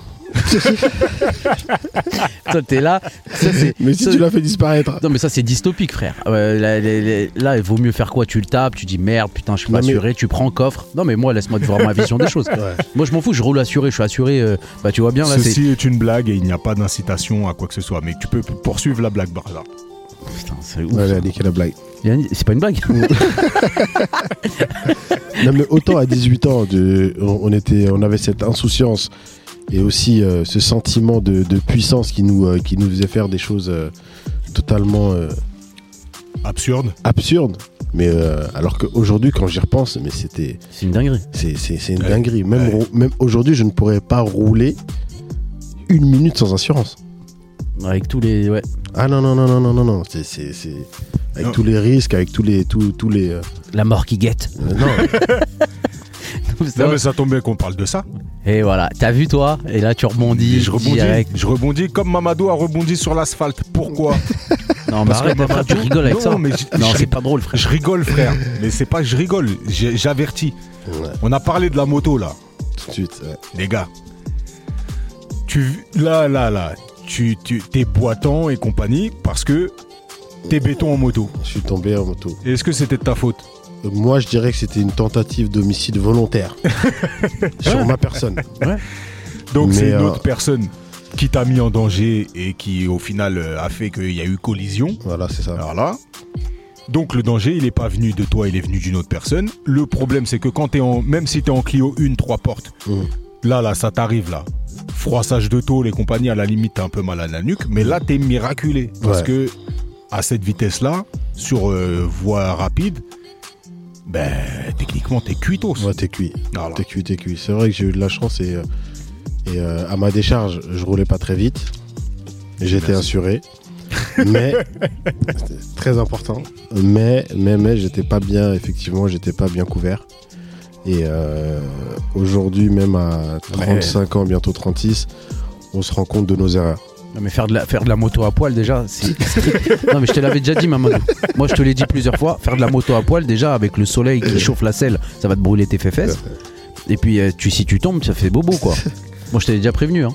C: Toi, t'es là. Ça, c'est-
D: Mais si
C: ça-
D: tu l'as fait disparaître.
C: Non, mais ça, c'est dystopique, frère. Euh, là, les- les- là, il vaut mieux faire quoi Tu le tapes, tu dis merde, putain, je suis pas
D: Non, mais-
C: assuré, tu prends coffre. Non, mais moi, laisse-moi te voir ma vision des choses.
D: Ouais.
C: Moi, je m'en fous, je roule assuré, je suis assuré. euh, bah, tu vois bien, là, c'est.
B: Ceci est une blague et il n'y a pas d'incitation à quoi que ce soit. Mais tu peux poursuivre la blague par là.
C: Putain, c'est ouf.
D: Voilà, nickel la blague.
C: Yannis, C'est pas une blague
D: Non mais autant à 18 ans, de- on on était, on avait cette insouciance et aussi euh, ce sentiment de, de puissance qui nous, euh, qui nous faisait faire des choses euh, totalement euh,
B: Absurde.
D: absurdes. Mais euh, alors qu'aujourd'hui, quand j'y repense, mais c'était,
C: C'est une dinguerie.
D: c'est, c'est- c'est une
B: Ouais.
D: dinguerie. Même,
B: Ouais.
D: rou- même aujourd'hui, je ne pourrais pas rouler une minute sans assurance.
C: Avec tous les. Ouais.
D: Ah non, non, non, non, non, non, non. C'est, c'est, c'est- Avec
B: Non.
D: tous les risques, avec tous les. Tous, tous les euh,
C: La mort qui guette.
D: euh, non,
B: Non, mais ça tombe bien qu'on parle de ça.
C: Et voilà, t'as vu toi Et là tu rebondis.
B: je rebondis.
C: direct.
B: Je rebondis comme Mamadou a rebondi sur l'asphalte. Pourquoi
C: Non, mais
B: Parce que
C: arrête,
B: Mamadou-
C: frère, tu rigoles avec
B: non,
C: ça.
B: mais je-
C: Non,
B: je-
C: c'est pas drôle, frère.
B: Je rigole, frère. Mais c'est pas je rigole. j'ai- J'avertis.
D: Ouais.
B: On a parlé de la moto là.
D: tout de suite. ouais.
B: les gars, tu là là là, tu tu t'es boitant et compagnie parce que t'es béton en moto.
D: Je suis tombé en moto.
B: Est-ce que c'était de ta faute
D: Euh, Moi, je dirais que c'était une tentative d'homicide volontaire sur ma personne.
B: Donc
D: Mais,
B: c'est une
D: euh,
B: autre personne qui t'a mis en danger et qui au final euh, a fait qu'il y a eu collision.
D: Voilà, c'est ça.
B: Alors là, donc le danger il est pas venu de toi, il est venu d'une autre personne. Le problème c'est que quand t'es en même si t'es en Clio une trois portes,
D: Mhm.
B: là là ça t'arrive là. Froissage de tôle et compagnie, à la limite, t'as un peu mal à la nuque, mais là, t'es miraculé. Parce
D: Ouais.
B: que, à cette vitesse-là, sur euh, voie rapide, ben, techniquement, t'es cuitos. Ah,
D: Ouais, t'es cuit.
B: Voilà.
D: T'es cuit, t'es cuit. C'est vrai que j'ai eu de la chance et, euh, et, euh, à ma décharge, je roulais pas très vite. J'étais
B: Merci.
D: assuré. Mais, c'était très important. Mais, mais, mais, j'étais pas bien, effectivement, j'étais pas bien couvert. Et euh, aujourd'hui, même à 35 ans, bientôt 36, on se rend compte de nos erreurs.
C: Non, mais faire de, la, faire de la moto à poil déjà, c'est. non, mais je te l'avais déjà dit, Mamadou. Moi, je te l'ai dit plusieurs fois. Faire de la moto à poil déjà, avec le soleil qui chauffe la selle, ça va te brûler tes fesses. Et puis, euh, tu, si tu tombes, ça fait bobo, quoi. Moi, je t'avais déjà prévenu. Hein.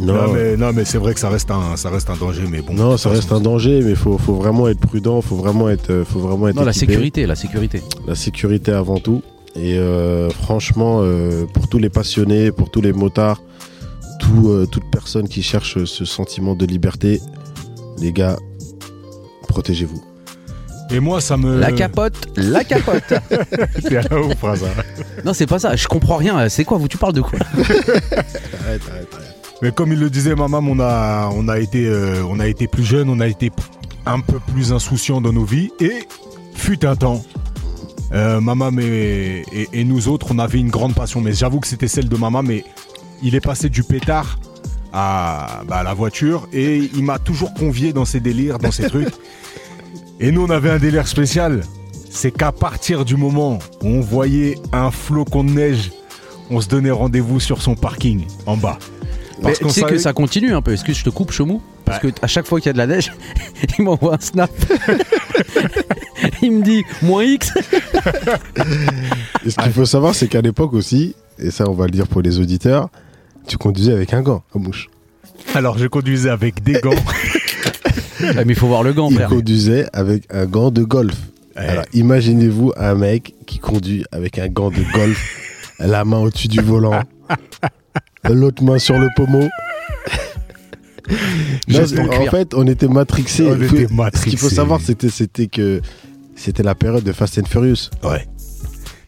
D: Non,
B: Non, Ah, mais, non, mais c'est vrai que ça reste, un, ça reste un danger, mais bon.
D: non, ça reste un danger, mais faut, faut vraiment être prudent, faut vraiment être, euh, faut vraiment être.
C: Non, la
D: équipé.
C: sécurité, la sécurité.
D: la sécurité avant tout. Et euh, franchement, euh, pour tous les passionnés, pour tous les motards, tout, euh, toute personne qui cherche ce sentiment de liberté, les gars, protégez-vous.
B: Et moi, ça me.
C: La capote, la capote.
B: C'est à la ouf, ça.
C: non, c'est pas ça. Je comprends rien. euh, C'est quoi Vous, tu parles de quoi
D: Arrête, arrête, arrête.
B: Mais comme il le disait, ma maman, on a, on a été, euh, on a été plus jeune, on a été p- un peu plus insouciant dans nos vies. Et fut un temps, euh, ma maman et, et- et nous autres, on avait une grande passion. Mais j'avoue que c'était celle de maman. Mais il est passé du pétard à, bah, à la voiture et il m'a toujours convié dans ses délires, dans ses trucs. Et nous, on avait un délire spécial. C'est qu'à partir du moment où on voyait un flocon de neige, on se donnait rendez-vous sur son parking en bas.
C: Mais
B: Parce qu'on
C: tu sais que
B: savait-
C: ça continue un peu. Excuse, je te coupe, Chemou. Parce
B: Ouais.
C: que à chaque fois qu'il y a de la neige, il m'envoie un snap. il me dit moins X.
D: Et ce qu'il faut savoir, c'est qu'à l'époque aussi, et ça on va le dire pour les auditeurs, tu conduisais avec un gant, à mouche.
B: Alors je conduisais avec des gants.
C: Ah, mais il faut voir le gant,
D: Il
C: frère.
D: conduisait avec un gant de golf.
B: Ouais.
D: Alors imaginez-vous un mec qui conduit avec un gant de golf, la main au-dessus du volant, l'autre main sur le pommeau. Non,
B: Juste
D: c'est-
B: en
D: en
B: cuir.
D: fait, on était matrixés.
B: On
D: Faut-
B: était
D: Ce qu'il faut
B: matrixés.
D: savoir, c'était, c'était que c'était la période de Fast and Furious.
B: Ouais.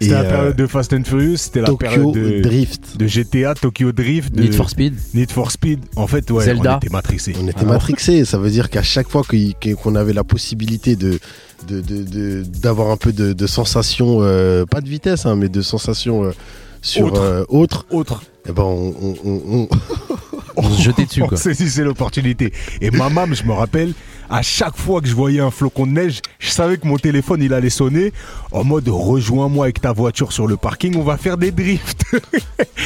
D: Et,
B: C'était la
D: euh,
B: période de Fast and Furious, c'était la
D: Tokyo
B: période de,
D: Drift.
B: de GTA, Tokyo Drift, de
C: Need for Speed.
B: Need for Speed. En fait, ouais,
C: Zelda.
B: on était matrixés.
D: On était
C: Ah.
D: matrixés. Ça veut dire qu'à chaque fois qu'il- qu'il- qu'on avait la possibilité de, de- de- de- d'avoir un peu de, de sensation, euh, pas de vitesse, hein, mais de sensation euh, sur
B: Autre.
D: euh, autre,
B: Autre,
D: eh ben on, on- on- on-
C: On se jetait dessus,
B: on
C: quoi.
B: saisissait l'opportunité. Et ma maman, je me rappelle, à chaque fois que je voyais un flocon de neige, je savais que mon téléphone, il allait sonner en mode rejoins-moi avec ta voiture sur le parking, on va faire des drifts.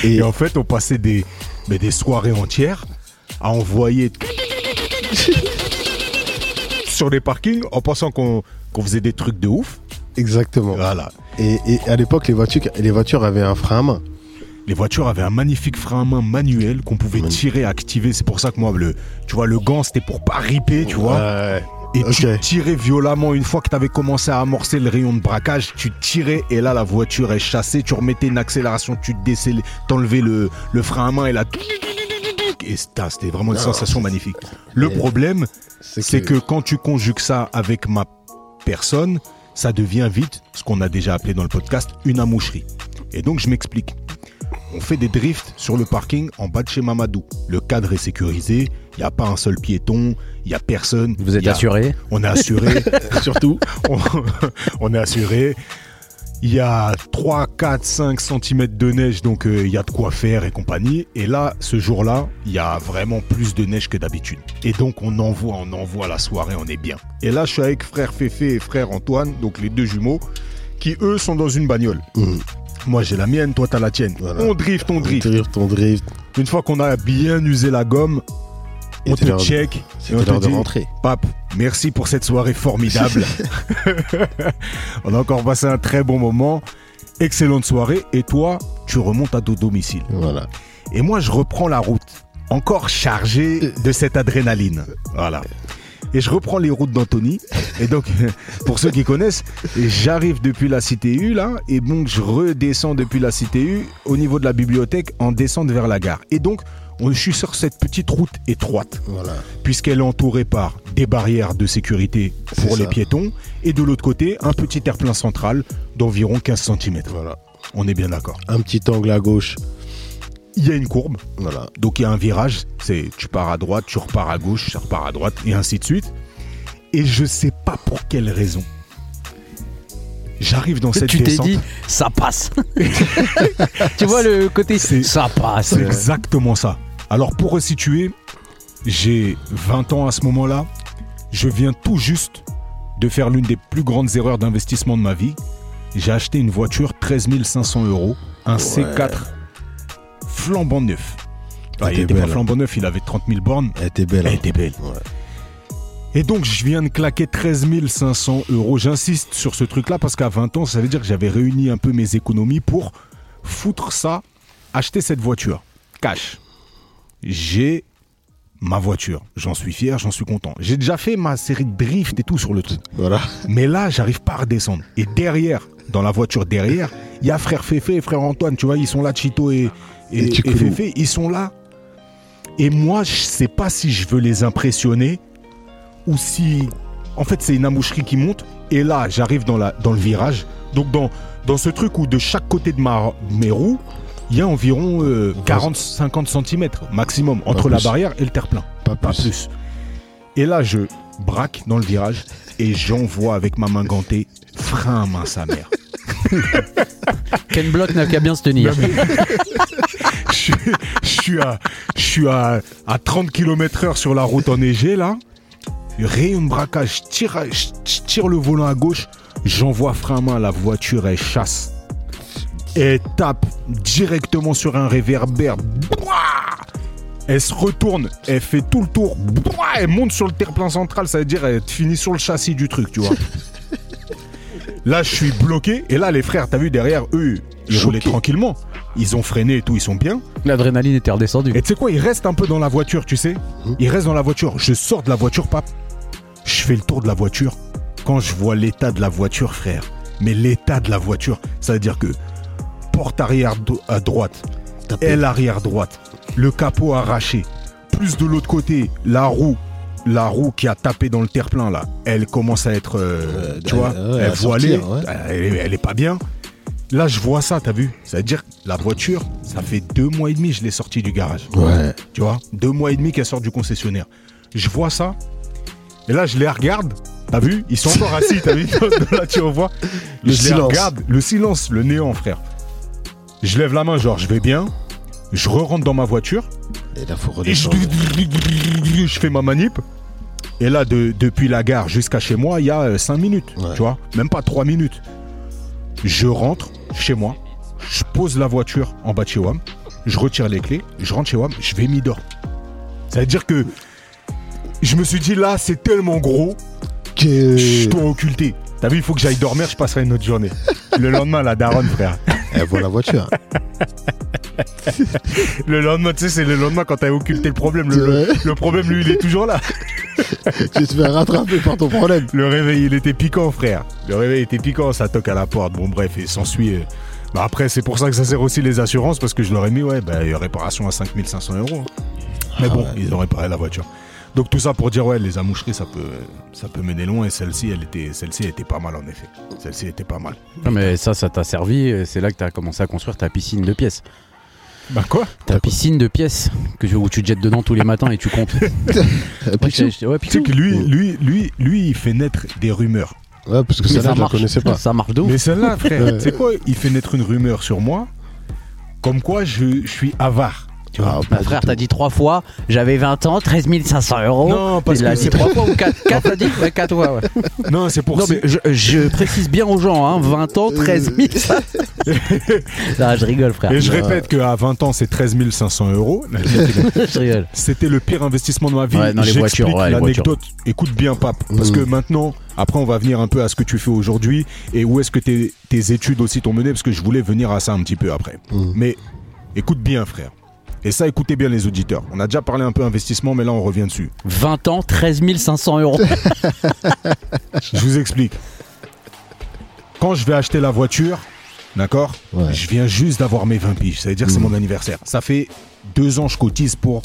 D: et,
B: Et en fait, on passait des, mais des soirées entières à envoyer sur les parkings en pensant qu'on qu'on faisait des trucs de ouf.
D: exactement.
B: Voilà.
D: Et, et à l'époque, les voitures, les voitures avaient un frein à main.
B: Les voitures avaient un magnifique frein à main manuel qu'on pouvait
D: Manu-
B: tirer, activer. C'est pour ça que moi, le, tu vois, le gant, c'était pour pas riper, tu vois.
D: Ouais.
B: Ah. Et tu
D: ok.
B: tirais violemment une fois que tu avais commencé à amorcer le rayon de braquage, tu tirais et là la voiture est chassée, tu remettais une accélération, tu décélais, t'enlevais le, le frein à main et là... Et c'était ah, c'était vraiment une sensation magnifique. Le
D: Et-
B: problème, c'est que quand tu conjugues ça avec ma personne, ça devient vite ce qu'on a déjà appelé dans le podcast une amoucherie. Et donc je m'explique. On fait des drifts sur le parking en bas de chez Mamadou. Le cadre est sécurisé, il n'y a pas un seul piéton, il n'y a personne.
C: Vous êtes
B: y a-
C: assuré
B: On est assuré, surtout, on, on est assuré. Il y a 3, 4, 5 cm de neige, donc euh, il y a de quoi faire et compagnie. Et là, ce jour-là, il y a vraiment plus de neige que d'habitude. Et donc, on envoie, on envoie la soirée, on est bien. Et là, je suis avec frère Féfé et frère Antoine, donc les deux jumeaux, qui eux sont dans une bagnole.
D: Mhm.
B: Moi, j'ai la mienne, toi, t'as la tienne.
D: Voilà.
B: On drift, on drift.
D: Drift, ton drift.
B: Une fois qu'on a bien usé la gomme,
D: Et
B: on
D: t'es
B: te
D: là-
B: check et on
D: C'était l'heure
B: te
D: de
B: dit
D: rentrer.
B: Pape, merci pour cette soirée formidable. on a encore passé un très bon moment. Excellente soirée. Et toi, tu remontes à ton domicile.
D: Voilà.
B: Et moi, je reprends la route, encore chargé de cette adrénaline. Voilà. Et je reprends les routes d'Anthony. Et donc, pour ceux qui connaissent, j'arrive depuis la cité U, là, et donc je redescends depuis la cité U au niveau de la bibliothèque en descente vers la gare. Et donc, on- je suis sur cette petite route étroite,
D: Voilà.
B: puisqu'elle est entourée par des barrières de sécurité pour
D: C'est
B: les
D: ça.
B: piétons, et de l'autre côté, un petit air-plein central d'environ 15 cm.
D: Voilà.
B: On est bien d'accord.
D: Un petit angle à gauche.
B: Il y a une courbe,
D: Voilà.
B: Donc il y a un virage, c'est tu pars à droite, tu repars à gauche, tu repars à droite, et ainsi de suite. Et je sais pas pour quelle raison. J'arrive dans cette
C: Tu t'es
B: descente.
C: dit, ça passe. tu vois le côté,
B: C'est-
C: ça passe.
D: Euh.
B: C'est exactement ça. Alors pour resituer, j'ai 20 ans à ce moment-là. Je viens tout juste de faire l'une des plus grandes erreurs d'investissement de ma vie. J'ai acheté une voiture 13 500 euros, un C4 flambant neuf. Ah,
D: Elle
B: il
D: était
B: était pas
D: belle.
B: flambant neuf, il avait 30 000 bornes.
D: Elle était belle.
B: Elle
D: hein.
B: était belle.
D: Ouais.
B: Et donc, je viens de claquer 13 500 euros. J'insiste sur ce truc-là parce qu'à 20 ans, ça veut dire que j'avais réuni un peu mes économies pour foutre ça, acheter cette voiture. Cash. J'ai ma voiture. J'en suis fier, j'en suis content. J'ai déjà fait ma série de drift et tout sur le truc.
D: Voilà.
B: Mais là, j'arrive pas à redescendre. Et derrière, dans la voiture derrière, il y a frère Féfé et frère Antoine. Tu vois, ils sont là, Chito et, et,
D: Et Chikulu.
B: et Féfé, ils sont là. Et moi, je sais pas si je veux les impressionner ou si. En fait, c'est une amoucherie qui monte. Et là, j'arrive dans, la- dans le virage. Donc, dans, dans ce truc où de chaque côté de ma, mes roues, il y a environ euh, 40-50 cm maximum entre la
D: plus.
B: barrière et le terre-plein.
D: Pas
B: Pas
D: plus.
B: plus. Et là, je braque dans le virage et j'envoie avec ma main gantée frein à main sa mère.
C: Ken Block n'a qu'à bien se tenir.
B: Je suis- je suis à, je suis à, à 30 km/h sur la route enneigée là. Rayon de braquage, je tire, à- je je tire le volant à gauche, j'envoie frein à main, la voiture elle chasse. Elle tape directement sur un réverbère. Bouah Elle se retourne, elle fait tout le tour, Bouah elle monte sur le terre-plein central, ça veut dire elle finit sur le châssis du truc, tu vois. Là, je suis bloqué, et là, les frères, t'as vu derrière eux, ils roulaient
D: Choqués.
B: tranquillement. Ils ont freiné et tout, ils sont bien.
C: L'adrénaline était redescendue.
B: Et tu sais quoi, ils restent un peu dans la voiture, tu sais. Ils restent dans la voiture. Je sors de la voiture, pape. Je fais le tour de la voiture. Quand je vois l'état de la voiture, frère, mais l'état de la voiture, ça veut dire que porte arrière do- à droite,
D: Tapé.
B: aile arrière droite, le capot arraché, plus de l'autre côté, la roue. La roue qui a tapé dans le terre-plein là, elle commence à être, euh,
D: Euh,
B: tu
D: elle-
B: vois,
D: ouais,
B: elle
D: à
B: voilée,
D: sortir, ouais.
B: elle, est- elle est pas bien. Là, je vois ça, t'as vu Ça veut dire que la voiture, ça fait deux mois et demi, je l'ai sortie du garage.
D: Ouais.
B: Tu vois Deux mois et demi qu'elle sort du concessionnaire. Je vois ça. Et là, je les regarde. T'as vu Ils sont encore assis, t'as vu Là, tu revois. je
D: Le
B: les
D: silence.
B: regarde. Le silence, le néant, frère. Je lève la main, genre, je vais bien. Je re-rentre dans ma voiture.
D: Et là, faut
B: Et je,
D: redescendre.
B: je fais ma manip. Et là, de- depuis la gare jusqu'à chez moi, il y a 5 minutes.
D: Ouais.
B: Tu vois Même pas 3 minutes. Je rentre chez moi. Je pose la voiture en bas de chez WAM. Je retire les clés. Je rentre chez WAM. Je vais m'y dormir. Ça veut dire que je me suis dit là, c'est tellement gros.
D: Que-
B: Je dois occulter. T'as vu, il faut que j'aille dormir. Je passerai une autre journée. Le lendemain, la daronne, frère.
D: Elle voit la voiture.
B: Le lendemain, tu sais, c'est le lendemain quand t'as occulté le problème. Le, le- le problème, lui, il est toujours là.
D: tu te fais rattraper par ton problème.
B: Le réveil, il était piquant, frère. Le réveil était piquant, ça toque à la porte. Bon, bref, et s'ensuit. euh, Bah après, c'est pour ça que ça sert aussi les assurances, parce que je leur ai mis, ouais, bah, euh, réparation à 5500 euros. hein. Mais
D: Ah
B: bon,
D: ouais.
B: ils ont réparé la voiture. Donc tout ça pour dire, ouais, les amoucheries, ça peut, ça peut mener loin, et celle-ci, elle était, celle-ci elle était pas mal, en effet. Celle-ci était pas mal.
C: Non, mais ça, ça t'a servi. euh, C'est là que t'as commencé à construire ta piscine de pièces.
B: Bah quoi
C: Ta piscine de pièces que tu, où tu te jettes dedans tous les matins et tu comptes.
D: Euh,
C: Moi, j'ai- j'ai- ouais,
B: Tu sais que lui, lui, lui, lui, il fait naître des rumeurs.
D: Ouais, parce que
C: Mais
D: celle-là,
C: ça
D: je la
C: marche.
D: connaissais pas.
C: Ça marche de ouf.
B: Mais celle-là, frère, tu sais quoi Il fait naître une rumeur sur moi, comme quoi je, je suis avare. Tu vois
D: Ah,
C: Ma
D: pas
C: frère,
D: du
C: t'as
D: tout.
C: dit trois fois, j'avais 20 ans, 13 500 euros.
B: Non, parce
C: Il
B: que
C: a
B: c'est
C: dit trois fois ou quatre. Quatre, t'as dit Ouais, quatre fois, ouais.
B: Non, c'est pour
C: Non, mais je, je précise bien aux gens, hein, 20 ans, 13 500. non, je rigole, frère.
B: Euh, Et je
D: Ah.
B: répète qu'à 20 ans, c'est 13 500 euros.
C: je rigole.
B: C'était le pire investissement de ma vie.
C: Ouais, non, les
B: J'explique
C: voitures, ouais, les
B: l'anecdote. Écoute bien, Pape. Parce
D: Mm.
B: que maintenant, après, on va venir un peu à ce que tu fais aujourd'hui et où est-ce que tes, tes études aussi t'ont mené. Parce que je voulais venir à ça un petit peu après.
D: Mm.
B: Mais écoute bien, frère. Et ça, écoutez bien les auditeurs. On a déjà parlé un peu investissement, mais là, on revient dessus.
C: 20 ans, 13 500 euros.
B: Je vous explique. Quand je vais acheter la voiture, d'accord
D: Ouais. Mm.
B: Je viens juste d'avoir mes 20 piges. Ça veut dire que c'est mon anniversaire. Ça fait deux ans que je cotise pour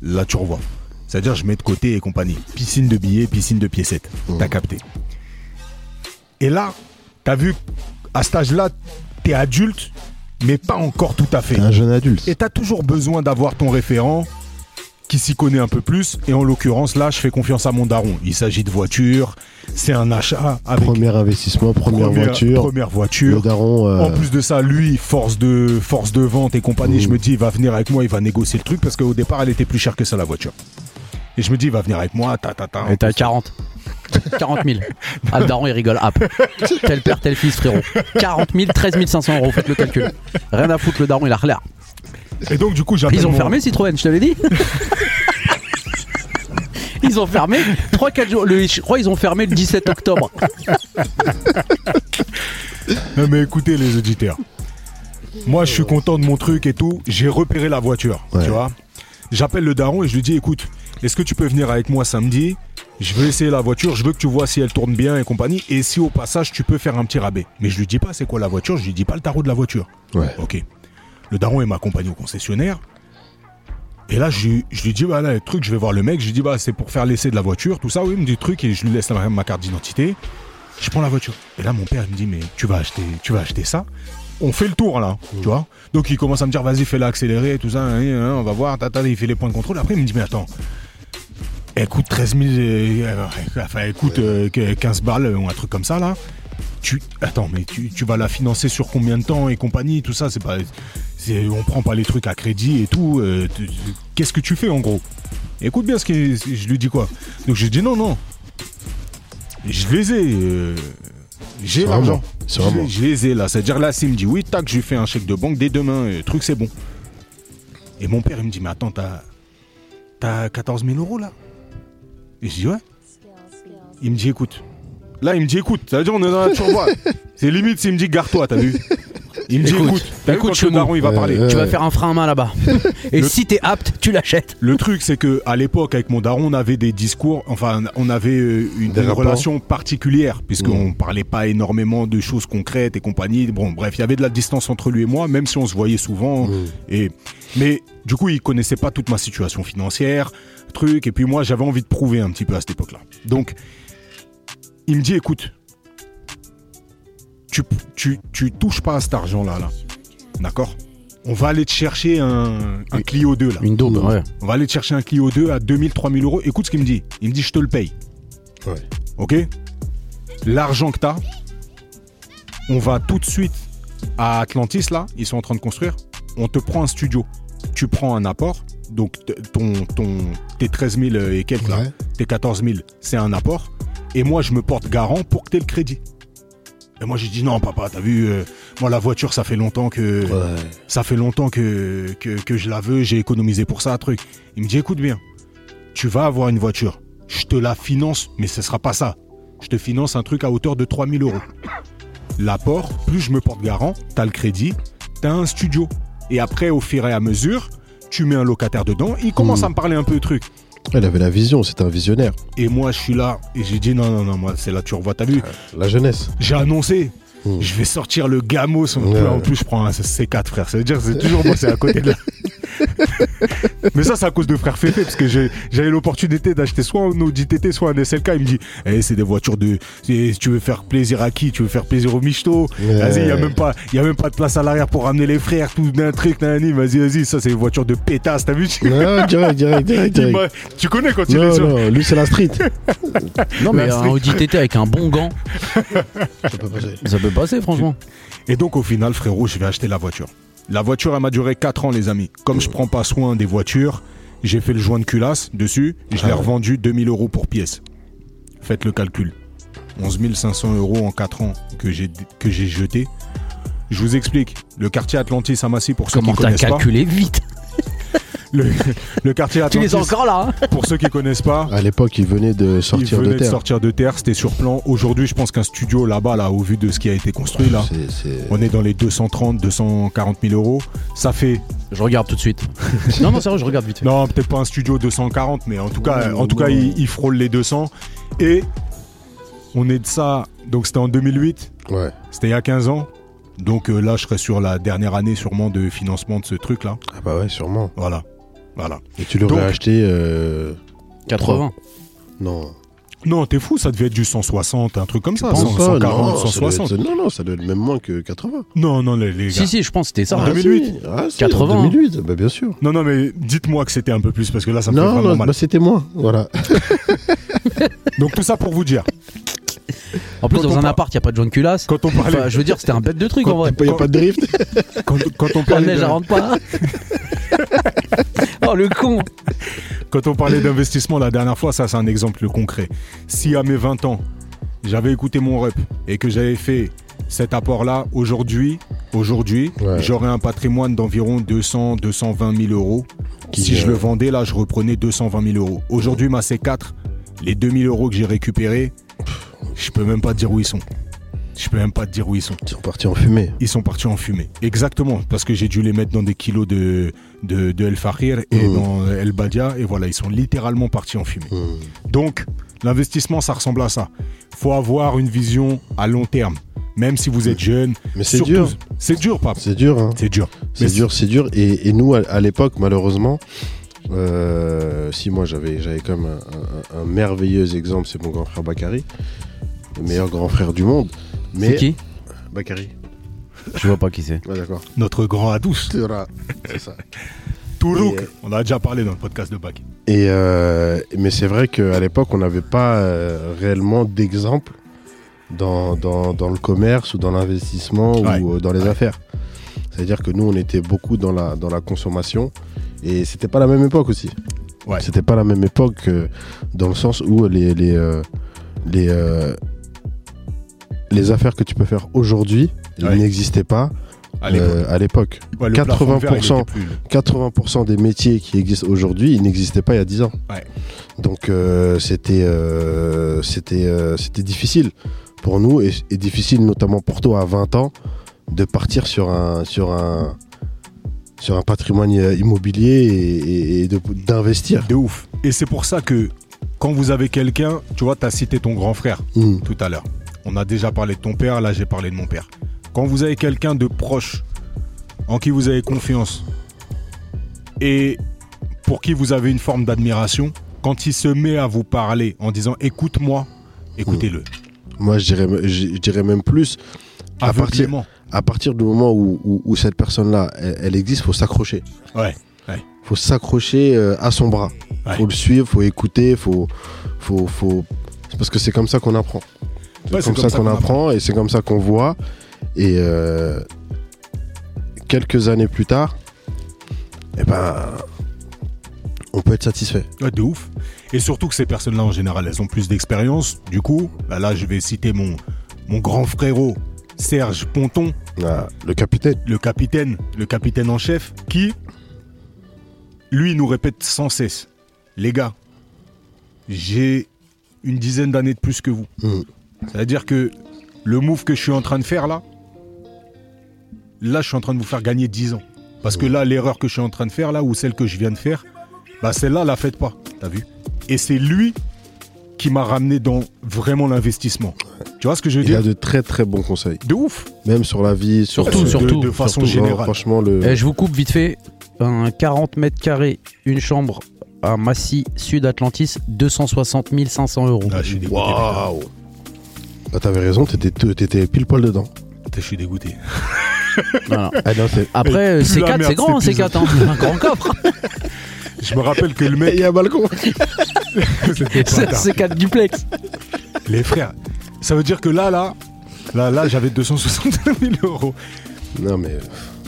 B: la turvoie. C'est-à-dire que je mets de côté et compagnie. Piscine de billets, piscine de piécettes.
D: Mm.
B: T'as capté. Et là, t'as vu, à cet âge-là, t'es adulte, mais pas encore tout à fait.
D: T'es un jeune adulte.
B: Et t'as toujours besoin d'avoir ton référent qui s'y connaît un peu plus. Et en l'occurrence, là, je fais confiance à mon daron. Il s'agit de voiture, c'est un achat avec
D: Premier investissement, première, voiture.
B: première voiture.
D: Le daron. euh,
B: En plus de ça, lui, force de, force de vente et compagnie,
D: Mm.
B: je me dis, il va venir avec moi, il va négocier le truc parce qu'au départ, elle était plus chère que ça, la voiture. Et je me dis, il va venir avec moi, ta ta ta.
C: Et t'as 40. 40 000. Ah, le daron, il rigole. Hop. Tel père, tel fils, frérot. 40 000, 13 500 euros. Faites le calcul. Rien à foutre, le daron, il a l'air.
B: Et donc, du coup, j'appelle.
C: Ils ont
B: mon-
C: fermé Citroën, je t'avais dit. Ils ont fermé 3-4 jours. Le, je crois ils ont fermé le 17 octobre.
B: Non, mais écoutez, les auditeurs. Moi, je suis content de mon truc et tout. J'ai repéré la voiture,
D: Ouais.
B: tu vois. J'appelle le daron et je lui dis, écoute, est-ce que tu peux venir avec moi samedi Je veux essayer la voiture, je veux que tu vois si elle tourne bien et compagnie. Et si au passage, tu peux faire un petit rabais. Mais je lui dis pas c'est quoi la voiture, je lui dis pas le tarot de la voiture.
D: Ouais.
B: Ok. Le daron, il m'accompagne au concessionnaire. Et là, je, lui- je lui dis, bah là, le truc, je vais voir le mec. Je lui dis, bah, c'est pour faire l'essai de la voiture, tout ça. Oui, il me dit le truc et je lui laisse ma, ma carte d'identité. Je prends la voiture. Et là, mon père, il me dit, mais tu vas acheter, tu vas acheter ça. On fait le tour, là, tu vois. Donc, il commence à me dire, vas-y, fais-la accélérer, tout ça. hein, hein, on va voir, tata, il fait les points de contrôle. Après, il me dit, mais attends. Elle Eh, coûte 13 000, euh, euh, enfin, elle coûte euh, 15 balles euh, ou un truc comme ça, là tu attends mais tu, tu vas la financer sur combien de temps et compagnie tout ça c'est pas c'est on prend pas les trucs à crédit et tout euh, tu- tu- qu'est-ce que tu fais en gros écoute bien ce que je lui dis quoi donc je lui dis non non je les ai euh, j'ai
D: Sur un
B: l'argent
D: mois. Sur un
B: je,
D: mois.
B: je les ai là c'est à dire là s'il me dit oui tac je lui fais un chèque de banque dès demain euh, truc c'est bon et mon père il me dit mais attends t'as t'as 14 000 euros là et je dis ouais il me dit écoute. Là, il me dit écoute. Ça veut dire on est dans la turbo. C'est limite s'il me dit garde-toi, t'as vu Il me dit
C: Écoute,
B: écoute. T'as vu
C: écoute,
B: quand
C: chelou.
B: le daron il va
D: Ouais,
B: parler.
D: ouais.
C: Tu vas faire un frein à main là-bas. Et
B: Euh. Le-
C: si t'es apte, tu l'achètes.
B: Le truc, c'est que à l'époque, avec mon daron, on avait des discours. Enfin, on avait euh, une,
D: Des
B: une
D: rapports.
B: relation particulière puisqu'on parlait pas énormément de choses concrètes et compagnie. Bon, bref, il y avait de la distance entre lui et moi, même si on se voyait souvent. Et mais du coup, il connaissait pas toute ma situation financière, truc. Et puis moi, j'avais envie de prouver un petit peu à cette époque-là. Donc, il me dit, écoute, tu, tu, tu touches pas à cet argent-là, là. D'accord On va aller te chercher un, un Clio 2, là.
C: Une daube, ouais.
B: On va aller te chercher un Clio 2 à 2000, 3000 euros. Écoute ce qu'il me dit. Il me dit, je te le paye.
D: Ouais.
B: Ok L'argent que t'as, on va tout de suite à Atlantis, là. Ils sont en train de construire. On te prend un studio. Tu prends un apport. Donc, t- ton, ton, tes 13 000 et quelques, là,
D: Ouais.
B: tes 14 000, c'est un apport. Et moi, je me porte garant pour que t'aies le crédit. Et moi, j'ai dit, non, papa, t'as vu, euh, moi, la voiture, ça fait longtemps que
D: Ouais.
B: ça fait longtemps que, que, que je la veux, j'ai économisé pour ça, truc. Il me dit, écoute bien, tu vas avoir une voiture, je te la finance, mais ce sera pas ça. Je te finance un truc à hauteur de 3000 euros. L'apport, plus je me porte garant, t'as le crédit, t'as un studio. Et après, au fur et à mesure, tu mets un locataire dedans, il commence
D: Mm.
B: à me parler un peu de truc.
D: Il avait la vision, c'était un visionnaire.
B: Et moi, je suis là, et j'ai dit, non, non, non, moi, c'est là, tu revois, t'as vu,
D: La jeunesse.
B: j'ai annoncé.
D: Mm.
B: Je vais sortir le gamos.
D: Ouais.
B: En plus, je prends un C4, frère. Ça veut dire que c'est toujours moi, c'est à côté de la... Mais ça, c'est à cause de frère Féfé, parce que j'ai- j'avais l'opportunité d'acheter soit un Audi TT, soit un SLK. Il me dit, eh, c'est des voitures de. c'est- Tu veux faire plaisir à qui Tu veux faire plaisir aux michetots
D: Ouais.
B: Vas-y, il n'y a, même pas- y a même pas de place à l'arrière pour ramener les frères, tout d'un truc, nan, nan, Vas-y, vas-y, ça, c'est des voitures de pétasse, t'as vu
D: Non, direct, direct, direct,
B: Il
D: direct.
B: m'a- Tu connais quand il est
D: Non,
B: sur.
D: non, lui c'est la street.
C: Non, mais
B: La
C: un
B: street.
C: Audi TT avec un bon gant,
D: Ça peut passer.
C: ça peut passer, franchement.
B: Et donc au final, frérot, je vais acheter la voiture. La voiture, elle m'a duré 4 ans, les amis. Comme je prends pas soin des voitures, j'ai fait le joint de culasse dessus. et
C: Ah
B: Je l'ai revendu 2000 euros pour pièce. Faites le calcul. 11 500 euros en 4 ans que j'ai que j'ai jeté. Je vous explique. Le quartier Atlantis à Massy, pour ceux
C: Comment
B: qui
C: t'as
B: connaissent pas.
C: calculé vite
B: Le, le quartier
C: Tu les as
B: Atlantis,
C: encore là hein
B: pour ceux qui connaissent pas,
D: À l'époque, il venait de sortir
B: il venait
D: de terre.
B: sortir de terre, c'était sur plan. Aujourd'hui, je pense qu'un studio là-bas, là, au vu de ce qui a été construit là,
D: C'est- c'est-
B: on est dans les 230, 240 000 euros. Ça fait
C: Je regarde tout de suite. non, non, sérieux, je regarde vite fait.
B: Non, peut-être pas un studio 240, mais en tout cas,
D: Ouais,
B: en tout
D: ouais.
B: cas, il, il frôle les 200. Et on est de ça. Donc c'était en 2008,
D: Ouais.
B: c'était il y a 15 ans. Donc euh, là, je serais sur la dernière année sûrement de financement de ce truc-là.
D: Ah bah ouais, sûrement.
B: Voilà, voilà.
D: Et tu l'aurais
B: Donc-
D: acheté. euh,
C: 80.
D: Non.
B: Non, t'es fou, ça devait être du 160, un truc comme ça,
D: Pense
B: 100,
D: pas,
B: 140,
D: non, ça doit
B: 160.
D: être- non, non, ça doit être même moins que 80.
B: Non, non, les, les gars.
C: Si, si, je pense que c'était ça.
B: En
D: Ah,
B: 2008.
D: si. Ah, si,
C: 80.
D: en 2008, bah bien sûr.
B: Non, non, mais dites-moi que c'était un peu plus parce que là, ça me fait
D: Non,
B: vraiment
D: non,
B: mal.
D: bah, c'était moi. Voilà.
B: Donc tout ça pour vous dire,
C: En plus,
B: Quand
C: dans
B: on
C: un
B: par-
C: appart, il a pas de joint de culasse.
B: quand on parlait,
C: Enfin, je veux dire, c'était un bête de truc en vrai.
D: Il n'y a pas de drift.
B: quand, quand on
C: La
B: parlait
C: neige,
B: de-
C: elle rentre pas. oh, le con
B: Quand on parlait d'investissement la dernière fois, ça c'est un exemple concret. Si à mes 20 ans, j'avais écouté mon rep et que j'avais fait cet apport-là, aujourd'hui, aujourd'hui,
D: Ouais.
B: j'aurais un patrimoine d'environ 200, 220 000 euros.
D: Qui,
B: si je
D: euh,
B: le vendais, là, je reprenais 220 000 euros. Aujourd'hui, ma C4, les 2000 euros que j'ai récupérés, pff, je peux même pas te dire où ils sont. Je peux même pas te dire où ils sont.
D: Ils sont partis en fumée.
B: Ils sont partis en fumée. Exactement, parce que j'ai dû les mettre dans des kilos de, de, de El Fahir et
D: Mhm.
B: dans El Badia. Et voilà, ils sont littéralement partis en fumée.
D: Hmm.
B: Donc, l'investissement, ça ressemble à ça. faut avoir une vision à long terme, même si vous êtes jeune.
D: Mais c'est
B: Surtout-
D: dur.
B: C'est dur, papa.
D: C'est dur, hein.
B: C'est dur.
D: C'est
B: Mais
D: dur, c'est dur. Et, et nous, à, à l'époque, malheureusement, euh, si moi j'avais j'avais quand même un, un- un merveilleux exemple, c'est mon grand frère Bakary, le meilleur grand frère du monde. Mais
C: C'est qui
D: Bakary,
C: Je vois pas qui c'est.
D: ouais, d'accord.
B: Notre grand à douce,
D: C'est vrai, c'est ça.
B: Tourouk.
D: Et, euh,
B: On en a déjà parlé dans le podcast de Bac.
D: Et euh, mais c'est vrai qu'à l'époque, on n'avait pas euh, réellement d'exemple dans, dans, dans le commerce ou dans l'investissement
B: Ouais.
D: ou euh, dans les affaires. C'est-à-dire que nous, on était beaucoup dans la, dans la consommation et c'était pas la même époque aussi.
B: Ouais.
D: C'était pas la même époque euh, dans le sens où les, les, euh, les, euh, les affaires que tu peux faire aujourd'hui
B: Ouais.
D: n'existaient pas
B: À l'époque.
D: euh, à l'époque.
B: Ouais, le plafond de verre, il était
D: 80%.
B: plus, le-
D: 80% des métiers qui existent aujourd'hui, ils n'existaient pas il y a 10 ans.
B: Ouais.
D: Donc euh, c'était euh, c'était euh, c'était difficile pour nous et, et difficile notamment pour toi à 20 ans de partir sur un sur un sur un patrimoine euh, immobilier et, et- et de- d'investir.
B: De ouf. Et c'est pour ça que quand vous avez quelqu'un, tu vois, tu as cité ton grand frère.
D: Hmm.
B: tout à l'heure. On a déjà parlé de ton père, là j'ai parlé de mon père. Quand vous avez quelqu'un de proche en qui vous avez confiance et pour qui vous avez une forme d'admiration, quand il se met à vous parler en disant écoute-moi, écoutez-le.
D: Moi je dirais je- je dirais même plus À partir-
B: Aveuglément.
D: à partir du moment où, où- où cette personne là elle, elle existe, faut s'accrocher.
B: Ouais.
D: faut s'accrocher euh, à son bras.
B: Ouais.
D: Faut le suivre, faut écouter, faut, faut, faut. C'est parce que c'est comme ça qu'on apprend. C'est
B: Ouais,
D: comme, ça, qu'on apprend, et c'est comme ça qu'on voit. Et euh, quelques années plus tard, eh ben, on peut être satisfait.
B: Ouais, de ouf. Et surtout que ces personnes-là, en général, elles ont plus d'expérience. Du coup, bah là, je vais citer mon, mon grand frérot, Serge Ponton,
D: Ah, le capitaine.
B: le capitaine, le capitaine en chef, qui, lui, nous répète sans cesse, les gars, j'ai une dizaine d'années de plus que vous.
D: Mm.
B: C'est-à-dire que le move que je suis en train de faire là, là, je suis en train de vous faire gagner 10 ans. Parce que là, l'erreur que je suis en train de faire là, ou celle que je viens de faire, bah celle-là, la faites pas. T'as vu Et c'est lui qui m'a ramené dans vraiment l'investissement. Tu vois ce que je veux
D: Il a
B: dire
D: de très très bons conseils,
B: De ouf
D: même sur la vie, sur
C: Surtout,
B: De-
C: surtout,
B: de façon
D: Genre,
B: générale.
D: Franchement, le.
C: Eh, je vous coupe vite fait. un 40 mètres carrés, une chambre à Massy, Sud-Atlantis, 260 500 euros.
B: Ah, je suis dégoûté. putain.
D: Waouh Ah, T'avais raison, t'étais t'étais pile poil dedans.
B: Putain, Je suis dégoûté.
C: Voilà.
D: Ah non, c'est.
C: Après,
B: Plus la
C: C4,
B: merde,
C: c'est grand,
B: cet
C: C4, hein. un grand coffre.
B: Je me rappelle que le
D: Il
B: mec,
D: y a un balcon
B: c'était
C: C'est un
B: pas tard.
C: C4 duplex.
B: les frères. Ça veut dire que là, là, là, là, j'avais 261 000 euros.
D: Non, mais.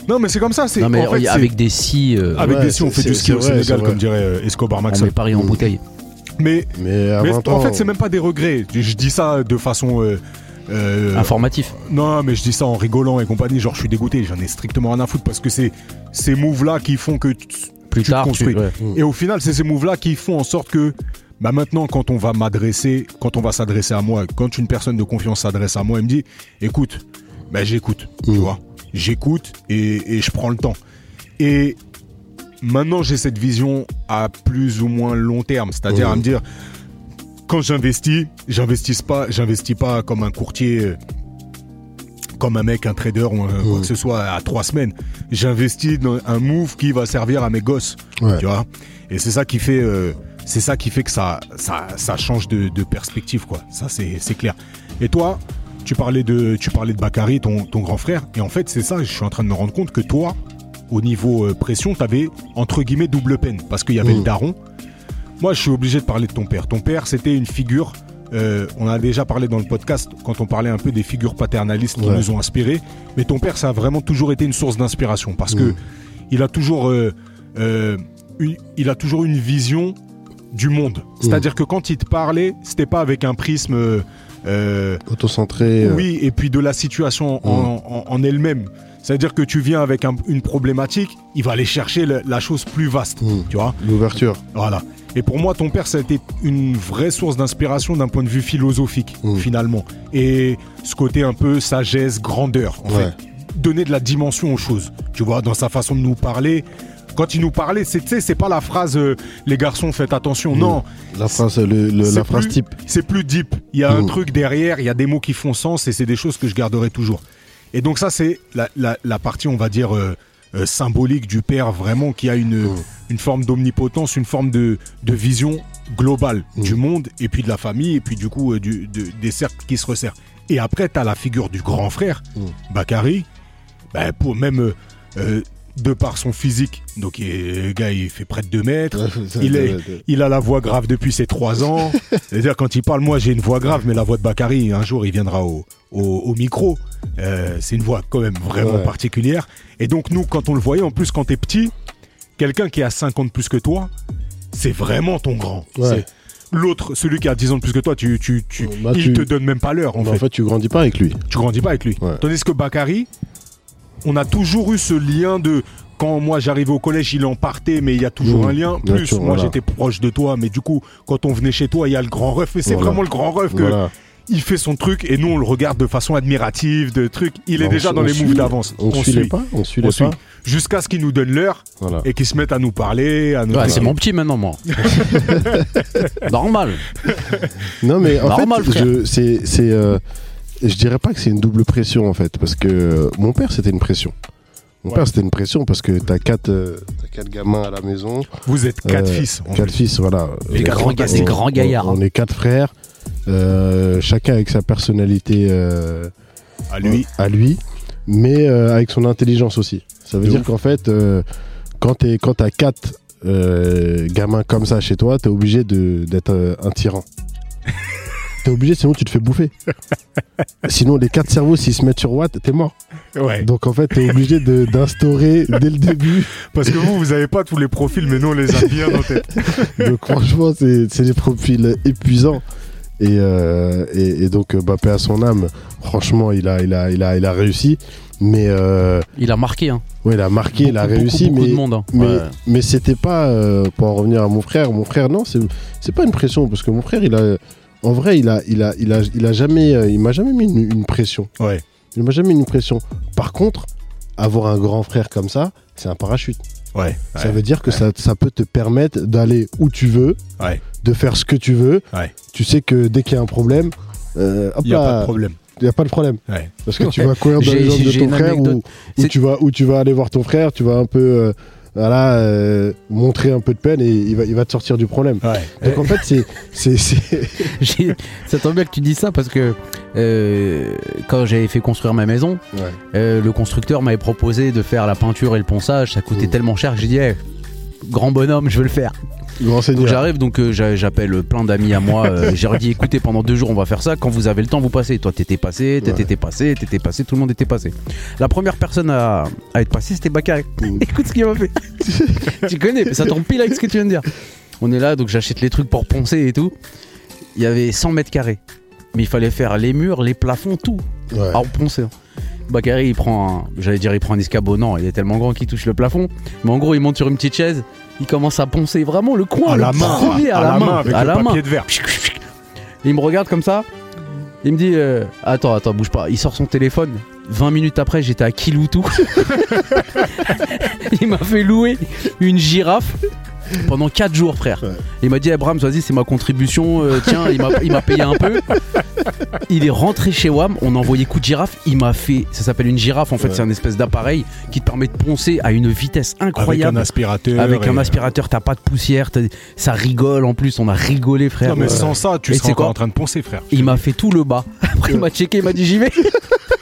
B: Non, mais c'est comme ça. C'est
C: Non, mais
B: en fait, c'est-
C: avec des scies, euh,
B: avec
D: Ouais,
B: des si on
D: c'est-
B: fait du
D: c'est-
B: ski au
D: c'est vrai,
B: Sénégal,
D: c'est vrai. Ah,
B: comme dirait euh, Escobar
C: on
B: Maxon.
C: met Paris en bouteille.
B: Mais
D: Mais à
B: Mais
D: 20 ans.
B: en fait, c'est même pas des regrets. Je, je dis ça de façon. euh, euh,
C: Informatif.
B: non, mais je dis ça en rigolant et compagnie. Genre, je suis dégoûté, j'en ai strictement rien à foutre parce que c'est ces moves-là qui font que. tu-
C: Plus
B: tu te
C: tard,
B: construis.
C: tu, ouais.
B: Et au final, c'est ces moves-là qui font en sorte que. Bah maintenant, quand on va m'adresser, quand on va s'adresser à moi, quand une personne de confiance s'adresse à moi, elle me dit écoute, bah j'écoute, tu
D: Mm.
B: vois, j'écoute et, et je prends le temps. Et maintenant, j'ai cette vision à plus ou moins long terme, c'est-à-dire
D: Mm.
B: à me dire quand j'investis, j'investis pas, j'investis pas comme un courtier, euh, comme un mec, un trader ou un- quoi
D: Mm.
B: que ce soit à trois semaines. J'investis dans un move qui va servir à mes gosses,
D: Ouais.
B: tu vois. Et c'est ça qui fait, euh, c'est ça qui fait que ça, ça, ça change de, de perspective, quoi. Ça, c'est, c'est clair. Et toi, tu parlais de, tu parlais de Bakary, ton, ton grand frère. Et en fait, c'est ça. Je suis en train de me rendre compte que toi, au niveau euh, pression, t'avais entre guillemets double peine parce qu'il y avait
D: Mm.
B: le daron. Moi, je suis obligé de parler de ton père. Ton père, c'était une figure. euh, on a déjà parlé dans le podcast quand on parlait un peu des figures paternalistes qui
D: Ouais.
B: nous ont inspirés. Mais ton père, ça a vraiment toujours été une source d'inspiration parce que
D: Mm.
B: il a toujours, euh, euh, une- il a toujours une vision du monde.
D: Mm.
B: C'est-à-dire que quand il te parlait, c'était pas avec un prisme. euh, euh,
D: Autocentré. euh,
B: oui, et puis de la situation
D: Mm.
B: en, en- en elle-même. C'est-à-dire que tu viens avec un- une problématique, il va aller chercher le- la chose plus vaste,
D: Mm.
B: tu vois.
D: L'ouverture.
B: Voilà. Et pour moi, ton père, ça a été une vraie source d'inspiration d'un point de vue philosophique,
D: Mm.
B: finalement. Et ce côté un peu sagesse, grandeur, en
D: Ouais.
B: fait. Donner de la dimension aux choses, tu vois, dans sa façon de nous parler. Quand il nous parlait, c'est, tu sais, c'est pas la phrase euh, les garçons, faites attention.
D: Mm.
B: Non,
D: La phrase, le, le-
B: C'est
D: la phrase
B: plus-
D: type.
B: c'est plus deep. Il y a un
D: Mm.
B: truc derrière, il y a des mots qui font sens et c'est des choses que je garderai toujours. Et donc ça, c'est la, la- la partie, on va dire, euh, euh, symbolique du père, vraiment, qui a une,
D: Mm.
B: une forme d'omnipotence, une forme de, de vision globale
D: Mm.
B: du monde et puis de la famille et puis du coup euh, du- de- des cercles qui se resserrent. Et après, tu as la figure du grand frère,
D: Mm.
B: Bakary, bah, pour même... euh, euh, de par son physique, donc il est- le gars il fait près de 2 mètres, Il est- il a la voix grave depuis ses trois ans. C'est-à-dire, quand il parle, moi, j'ai une voix grave, mais la voix de Bakary, un jour, il viendra au, au, au micro. Euh, c'est une voix quand même vraiment
D: Ouais.
B: particulière. Et donc, nous, quand on le voyait, en plus, quand t'es petit, quelqu'un qui a 50 plus que toi, c'est vraiment ton grand.
D: Ouais.
B: C'est L'autre, celui qui a 10 ans de plus que toi, tu, tu, tu,
D: Bah,
B: il
D: tu-
B: te donne même pas l'heure, en
D: Mais
B: fait.
D: En fait, tu grandis pas avec lui.
B: Tu grandis pas avec lui.
D: Ouais.
B: Tandis que Bakary, on a toujours eu ce lien de quand moi j'arrivais au collège, il en partait, mais il y a toujours
D: Mmh,
B: un lien.
D: bien
B: Plus,
D: sûr,
B: moi
D: voilà.
B: j'étais proche de toi, mais du coup, quand on venait chez toi, il y a le grand ref, et c'est
D: Voilà.
B: vraiment le grand ref que
D: Voilà.
B: il fait son truc et nous on le regarde de façon admirative, de truc. Il est
D: On
B: déjà
D: su-
B: dans
D: on
B: les moves
D: suit-
B: d'avance.
D: On, suit, les pas. On suit
B: On
D: les
B: suit.
D: pas.
B: Jusqu'à ce qu'il nous donne l'heure
D: Voilà.
B: et qu'il se mette à nous parler, à nous.
C: Ouais, c'est mon petit maintenant, moi. Normal.
D: Non, mais en
C: Normal,
D: fait,
C: frère.
D: je, c'est, c'est, euh, je dirais pas que c'est une double pression en fait, parce que euh, mon père c'était une pression. Mon
B: Ouais.
D: père c'était une pression parce que t'as quatre, euh, t'as quatre gamins à la maison,
B: Vous êtes quatre
D: Euh,
B: fils. en
D: quatre
B: fait.
D: fils, voilà.
B: Des
D: Euh,
B: Oh, grands
D: on-
B: gars- des
C: grands gaillards,
B: hein.
D: On, on est quatre frères, euh, chacun avec sa personnalité euh,
B: À lui.
D: à lui, mais euh, avec son intelligence aussi. Ça veut
B: De
D: dire
B: ouf.
D: qu'en fait, euh, quand t'es- quand t'as quatre euh, gamins comme ça chez toi, t'es obligé de- d'être euh, un tyran. t'es obligé, sinon tu te fais bouffer. sinon, les quatre cerveaux, s'ils se mettent sur Watt, t'es mort.
B: Ouais.
D: Donc en fait, t'es obligé de- d'instaurer dès le début.
B: Parce que vous, vous avez pas tous les profils, mais nous on les a bien en tête.
D: Donc franchement, c'est c'est des profils épuisants. Et, euh, et, et donc, euh, bah, paix à son âme, franchement, il a, il a, il a, il a réussi. Mais euh,
C: Il a marqué. Hein.
D: ouais, il a marqué, il a
C: Beaucoup,
D: réussi.
C: beaucoup, beaucoup
D: mais
C: de monde. hein.
D: Mais,
C: Ouais.
D: mais c'était pas, euh, pour en revenir à mon frère, mon frère, non, c'est c'est pas une pression, parce que mon frère, il a, en vrai, il a, il a, il a, il a jamais, euh, il m'a jamais mis une, une pression.
B: Ouais.
D: Il m'a jamais mis une pression. Par contre, avoir un grand frère comme ça, c'est un parachute.
B: Ouais.
D: ça veut dire que ça, ça peut te permettre d'aller où tu veux,
B: Ouais.
D: de faire ce que tu veux.
B: Ouais.
D: Tu sais que dès qu'il y a un problème, euh, hop
B: Il n'y a pas de
D: là,
B: problème.
D: il n'y a pas de problème.
B: Ouais.
D: Parce que tu
C: Ouais.
D: vas courir dans
C: J'ai-
D: les jambes de
C: j'ai
D: ton
C: une
D: frère ou,
C: anecdote.
D: ou
C: C'est-
D: tu vas, ou tu vas aller voir ton frère, tu vas un peu euh, voilà, euh, montrer un peu de peine et il va, il va te sortir du problème.
B: Ouais.
D: Donc en fait, c'est- c'est. c'est-
C: J'ai- ça tombe bien que tu dis ça parce que euh, quand j'avais fait construire ma maison,
D: Ouais.
C: euh, le constructeur m'avait proposé de faire la peinture et le ponçage. Ça coûtait
D: Mmh.
C: tellement cher que j'ai dit, Eh, grand bonhomme, je veux le faire.
D: Grand
C: Donc
D: seigneur.
C: j'arrive, donc euh, j'a- j'appelle plein d'amis à moi. euh, j'ai redit écoutez, pendant deux jours, on va faire ça. Quand vous avez le temps, vous passez. Toi, t'étais passé, t'étais
D: Ouais.
C: passé, t'étais passé, tout le monde était passé. La première personne à, à être passée, c'était Bakary.
D: Mm.
C: Écoute ce qu'il m'a fait. tu connais, ça tombe pile avec ce que tu viens de dire. On est là, donc j'achète les trucs pour poncer et tout. Il y avait 100 mètres carrés. Mais il fallait faire les murs, les plafonds, tout.
D: Ouais.
C: À reponcer. hein. Bakary, il prend un- J'allais dire, il prend un escabeau. Non, il est tellement grand qu'il touche le plafond. Mais en gros, il monte sur une petite chaise. Il commence à poncer vraiment le coin.
B: À
C: Oh, le
B: la main,
C: premier, à, la, main.
B: avec
C: à
B: le
C: la
B: papier
C: main.
B: de verre.
C: Il me regarde comme ça. Il me dit euh, Attends, attends, bouge pas. Il sort son téléphone. 20 minutes après, j'étais à Kiloutou. il m'a fait louer une girafe pendant 4 jours, frère.
D: Ouais.
C: Il m'a dit Eh, Brahms, vas-y, c'est ma contribution. euh, tiens, il m'a- il m'a payé un peu. Il est rentré chez WAM. On a envoyé coup de girafe. Il m'a fait. Ça s'appelle une girafe, en fait.
D: Ouais.
C: C'est un espèce d'appareil qui te permet de poncer à une vitesse
B: Avec un
C: incroyable.
B: aspirateur.
C: Avec
B: et-
C: un aspirateur, t'as pas de poussière, t'as- ça rigole en plus, on a rigolé frère.
B: Non, mais
C: Ouais.
B: sans ça, tu
C: Et
B: serais
C: c'est
B: encore
C: quoi
B: en train de poncer, frère.
C: Il m'a fait tout le bas. Après, il m'a checké, il m'a dit j'y vais.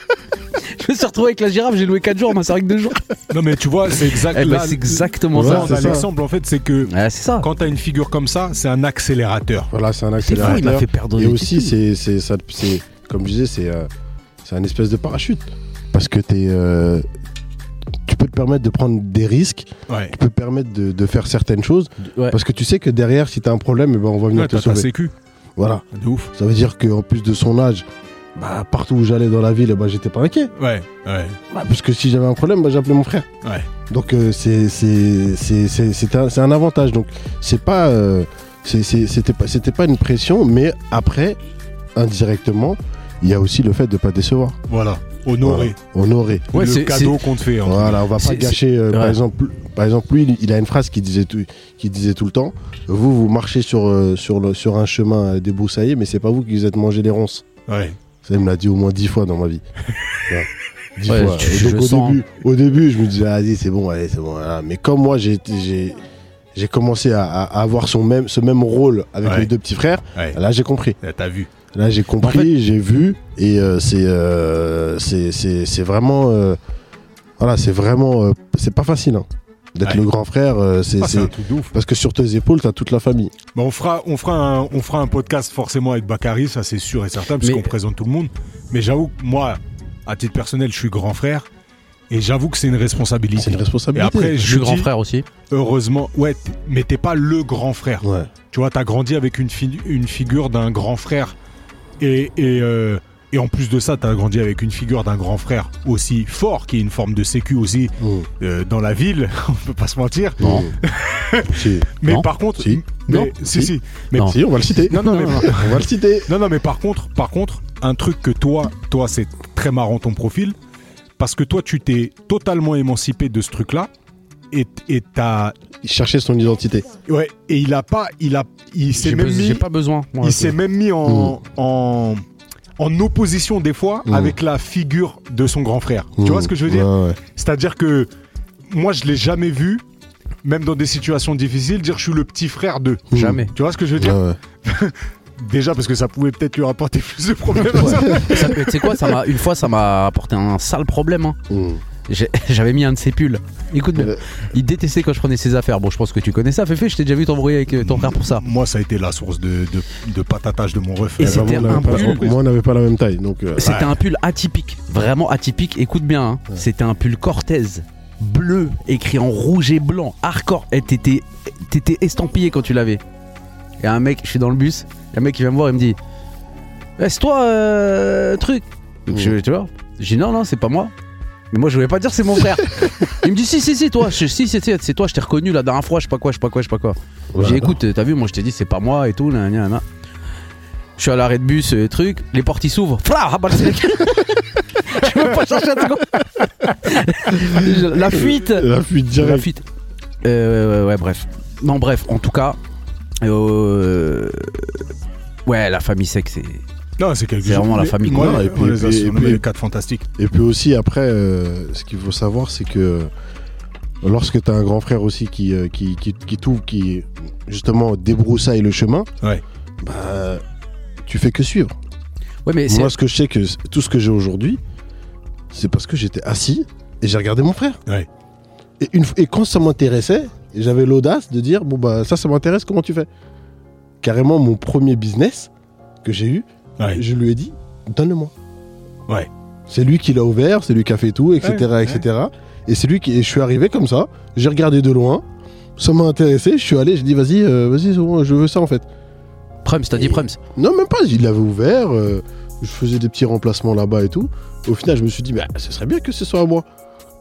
C: je me suis retrouvé avec la girafe, j'ai loué 4 jours, on m'a servi que 2 jours.
B: Non, mais tu vois, c'est exact.
C: Eh ben,
B: là,
C: c'est exactement
D: Ouais,
B: là,
C: ça.
B: on
D: c'est
B: a
D: ça.
B: l'exemple, en fait, c'est que
C: Ouais, c'est ça.
B: quand t'as une figure comme ça, c'est un accélérateur.
D: Voilà, c'est un
C: C'est fou, il m'a
D: accélérateur.
C: fait perdre
D: Et
C: des
D: aussi,
C: petits-
D: c'est, c'est, ça- c'est- comme je disais, c'est, euh, c'est un espèce de parachute. Parce que t'es, euh, tu peux te permettre de prendre des risques,
B: Ouais.
D: tu peux te permettre de, de faire certaines choses.
C: Ouais.
D: Parce que tu sais que derrière, si t'as un problème, eh ben, on va venir
B: Ouais,
D: te
B: T'as ta
D: sauver.
B: sécu.
D: Voilà.
B: De ouf.
D: Ça veut dire qu'en plus de son âge, bah, partout où j'allais dans la ville, eh ben, j'étais pas inquiet.
B: Ouais, ouais.
D: Bah, parce que si j'avais un problème, bah, j'appelais mon frère.
B: Ouais.
D: Donc euh, c'est c'est- c'est- c'est- c'est un, c'est un avantage. Donc c'est pas euh, c'est- c'est- c'était pas c'était pas une pression, mais après indirectement, il y a aussi le fait de pas décevoir,
B: Voilà. Honoré.
D: honorer.
C: Ouais,
B: le
C: c'est-
B: cadeau qu'on te fait. hein.
D: Voilà, on va pas
C: C'est-
D: gâcher. euh, par
C: ouais.
D: exemple, par exemple, lui, il- il a une phrase qui disait tout, qui disait tout le temps. Vous, vous marchez sur euh, sur le, sur un chemin euh, débroussaillé, mais c'est pas vous qui vous êtes mangé les ronces.
B: Ouais.
D: Ça, il me l'a dit au moins dix fois dans ma vie. Ouais. Dix
C: Ouais,
D: fois.
C: je-
D: Et
C: je
D: donc,
C: le
D: au,
C: sens,
B: hein.
D: début, au début, je me disais, allez, c'est bon, allez, c'est bon. voilà. Mais comme moi, j'ai, été- j'ai, j'ai commencé à, à- à avoir son même, ce même rôle avec
B: Ouais.
D: mes deux petits frères,
B: Ouais.
D: là, j'ai compris.
C: Ah,
B: Là, T'as vu.
D: Là, j'ai compris,
C: En
D: j'ai vu. Et euh, c'est, euh, c'est, c'est, c'est vraiment. euh, voilà, c'est vraiment. euh, c'est pas facile. hein. D'être
B: Ouais.
D: le grand frère, euh, c'est,
B: Ah, c'est
D: c'est-
B: un truc de ouf.
D: Parce que sur tes épaules, t'as toute la famille.
B: Bah, on, fera, on, fera un, on fera un podcast forcément avec Bakary, ça c'est sûr et certain, puisqu'on
C: Mais-
B: présente tout le monde. Mais j'avoue que moi, à titre personnel, je suis grand frère. Et j'avoue que c'est une responsabilité.
D: C'est une
B: Et
D: responsabilité.
B: après,
C: Je
B: je,
C: suis grand
B: dis,
C: frère aussi.
B: Heureusement, ouais, t- mais t'es pas le grand frère.
D: Ouais.
B: Tu vois, t'as grandi avec une, fi- une figure d'un grand frère. Et, et, euh, et en plus de ça, t'as grandi avec une figure d'un grand frère aussi fort, qui est une forme de sécu aussi
D: Mmh.
B: euh, dans la ville, on peut pas se mentir.
C: Non.
D: Mmh. si.
B: Mais
C: Non.
B: par contre,
D: Si.
B: mais-
D: Non.
B: si,
D: Si.
B: si. Mais
C: Non.
D: si, on va le citer.
B: non, non, mais-
D: On va le citer.
B: Non, non, mais par contre, par contre, un truc que toi, toi, c'est très marrant ton profil, parce que toi, tu t'es totalement émancipé de ce truc-là, et et t'as,
D: Il cherchait son identité.
B: ouais, et il a pas, il a, il s'est
C: J'ai
B: même
C: be-
B: mis,
C: j'ai pas besoin. moi,
B: il
C: Mm. de-
B: s'est même mis en, en en opposition des fois
D: Mm.
B: avec la figure de son grand frère. Tu
C: Mm.
B: vois ce que je veux dire
D: Ouais, ouais.
B: C'est-à-dire que moi, je l'ai jamais vu, même dans des situations difficiles, dire je suis le petit frère d'eux.
D: Mmh.
C: Jamais.
B: Tu vois ce que je veux dire
D: Ouais, ouais.
B: Déjà parce que ça pouvait peut-être lui rapporter plus de problèmes. à ça.
C: Ça peut être- Tu sais quoi ça m'a- Une fois, ça m'a apporté un sale problème. hein.
D: Mmh.
C: J'ai- J'avais mis un de ses pulls. Écoute, bien,
B: Euh.
D: Ouais.
C: il détestait quand je prenais ses affaires. Bon, je pense que tu connais ça. Féfé, je t'ai déjà vu t'embrouiller avec euh, ton frère pour ça.
B: Moi, ça a été la source de, de, de patatage de mon ref.
C: Et
B: Euh,
C: c'était
B: vraiment,
D: Vraiment, on
C: un
D: avait pas-
C: pull.
D: Mm. Ah bah, Moi, on n'avait pas la même taille. Donc, euh,
C: C'était un pull atypique, vraiment atypique. Écoute bien, hein. c'était un pull Cortez bleu écrit en rouge et blanc, hardcore. Et t'étais, t'étais estampillé quand tu l'avais. Et un mec, je suis dans le bus, et un mec qui vient me voir, il me dit Est-ce toi euh, truc Donc, je, Tu vois J'ai dit non, non, c'est pas moi. Mais moi, je voulais pas dire c'est mon frère. il me dit si, si, si, toi, je, si, si, si, c'est toi, je t'ai reconnu la dernière fois, je sais pas quoi, je sais pas quoi, je sais pas quoi.
D: voilà.
C: J'ai dit, écoute, euh, t'as vu, moi je t'ai dit c'est pas moi et tout, nan, nan, nan. Je suis à l'arrêt de bus, euh, truc, les portes ils s'ouvrent, Fla, ah, bah, c'est- Je veux pas chercher un second. La fuite
D: La fuite
C: La
D: directe.
C: fuite Euh, ouais, ouais, bref. Non, bref, en tout cas. euh, Ouais, la famille sec, c'est.
B: Non, c'est quelque
C: C'est
B: chose.
C: vraiment la
B: Mais-
C: famille
B: moi,
D: Connard,
B: les-
D: et puis-
B: on
D: et
B: les a
D: puis- et
B: surnommés
D: puis-
B: les quatre fantastiques.
D: Et puis aussi, après, euh, ce qu'il faut savoir, c'est que lorsque tu as un grand frère aussi qui, euh, qui, qui, qui t'ouvre, qui justement débroussaille le chemin,
B: Ouais.
D: bah, tu fais que suivre.
C: Ouais, mais c'est.
D: Moi, ce que je sais que c- tout ce que j'ai aujourd'hui, c'est parce que j'étais assis et j'ai regardé mon frère.
B: Ouais.
D: Et, une, f- et quand ça m'intéressait, j'avais l'audace de dire bon bah ça, ça m'intéresse. Comment tu fais Carrément, mon premier business que j'ai eu,
B: Ouais.
D: je lui ai dit donne-le-moi.
B: Ouais.
D: C'est lui qui l'a ouvert, c'est lui qui a fait tout, etc.,
B: Ouais, ouais.
D: etc. Et c'est lui qui. et je suis arrivé comme ça. J'ai regardé de loin. Ça m'a intéressé. Je suis allé. J'ai dit vas-y, euh, vas-y, c'est bon, je veux ça en fait.
C: Prums, t'as dit
D: Et-
C: Prums.
D: Non, même pas. Il l'avait ouvert. euh, je faisais des petits remplacements là-bas et tout. Au final, je me suis dit, bah, ce serait bien que ce soit à moi.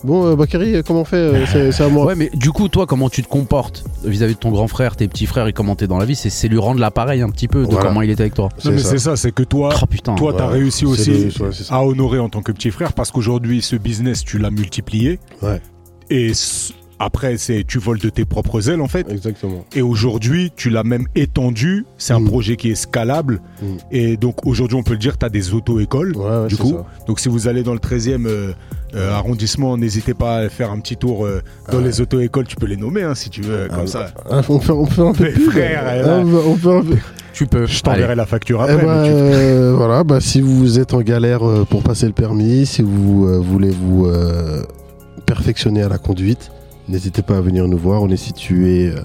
D: Bon, euh, Bakary, euh, comment on fait euh, C'est c'est à moi.
C: Ouais, mais du coup, toi, comment tu te comportes vis-à-vis de ton grand frère, tes petits frères et comment t'es dans la vie C'est c'est lui rendre l'appareil un petit peu de
D: Voilà.
C: comment il était avec toi.
B: Non, mais
D: ça.
B: c'est ça, c'est que toi,
C: Oh putain.
B: toi, t'as
D: ouais.
B: réussi
D: C'est
B: aussi
D: le- ouais, c'est ça.
B: à honorer en tant que petit frère parce qu'aujourd'hui, ce business, tu l'as multiplié.
D: Ouais.
B: Et s- après, c'est tu voles de tes propres ailes en fait.
D: Exactement.
B: Et aujourd'hui, tu l'as même étendu. C'est un
D: Mm.
B: projet qui est scalable.
D: Mm.
B: Et donc aujourd'hui, on peut le dire, tu as des auto-écoles.
D: Ouais, ouais,
B: du
D: c'est
B: coup,
D: ça.
B: donc si vous allez dans le 13e euh, euh, arrondissement, n'hésitez pas à faire un petit tour euh, dans les auto-écoles. Tu peux les nommer hein, si tu veux, comme
D: Ah,
B: ça.
D: Ah, on fait, on fait un peu
B: Mais
D: plus.
B: frère,
D: mais-
B: elle a-
D: Ah, bah, on fait un peu-
C: Tu peux.
B: Je t'enverrai la facture après.
D: Eh ben,
B: Ah mais tu-
D: euh, voilà, bah, si vous êtes en galère euh, pour passer le permis, si vous euh, voulez vous euh, perfectionner à la conduite, n'hésitez pas à venir nous voir. On est situé euh,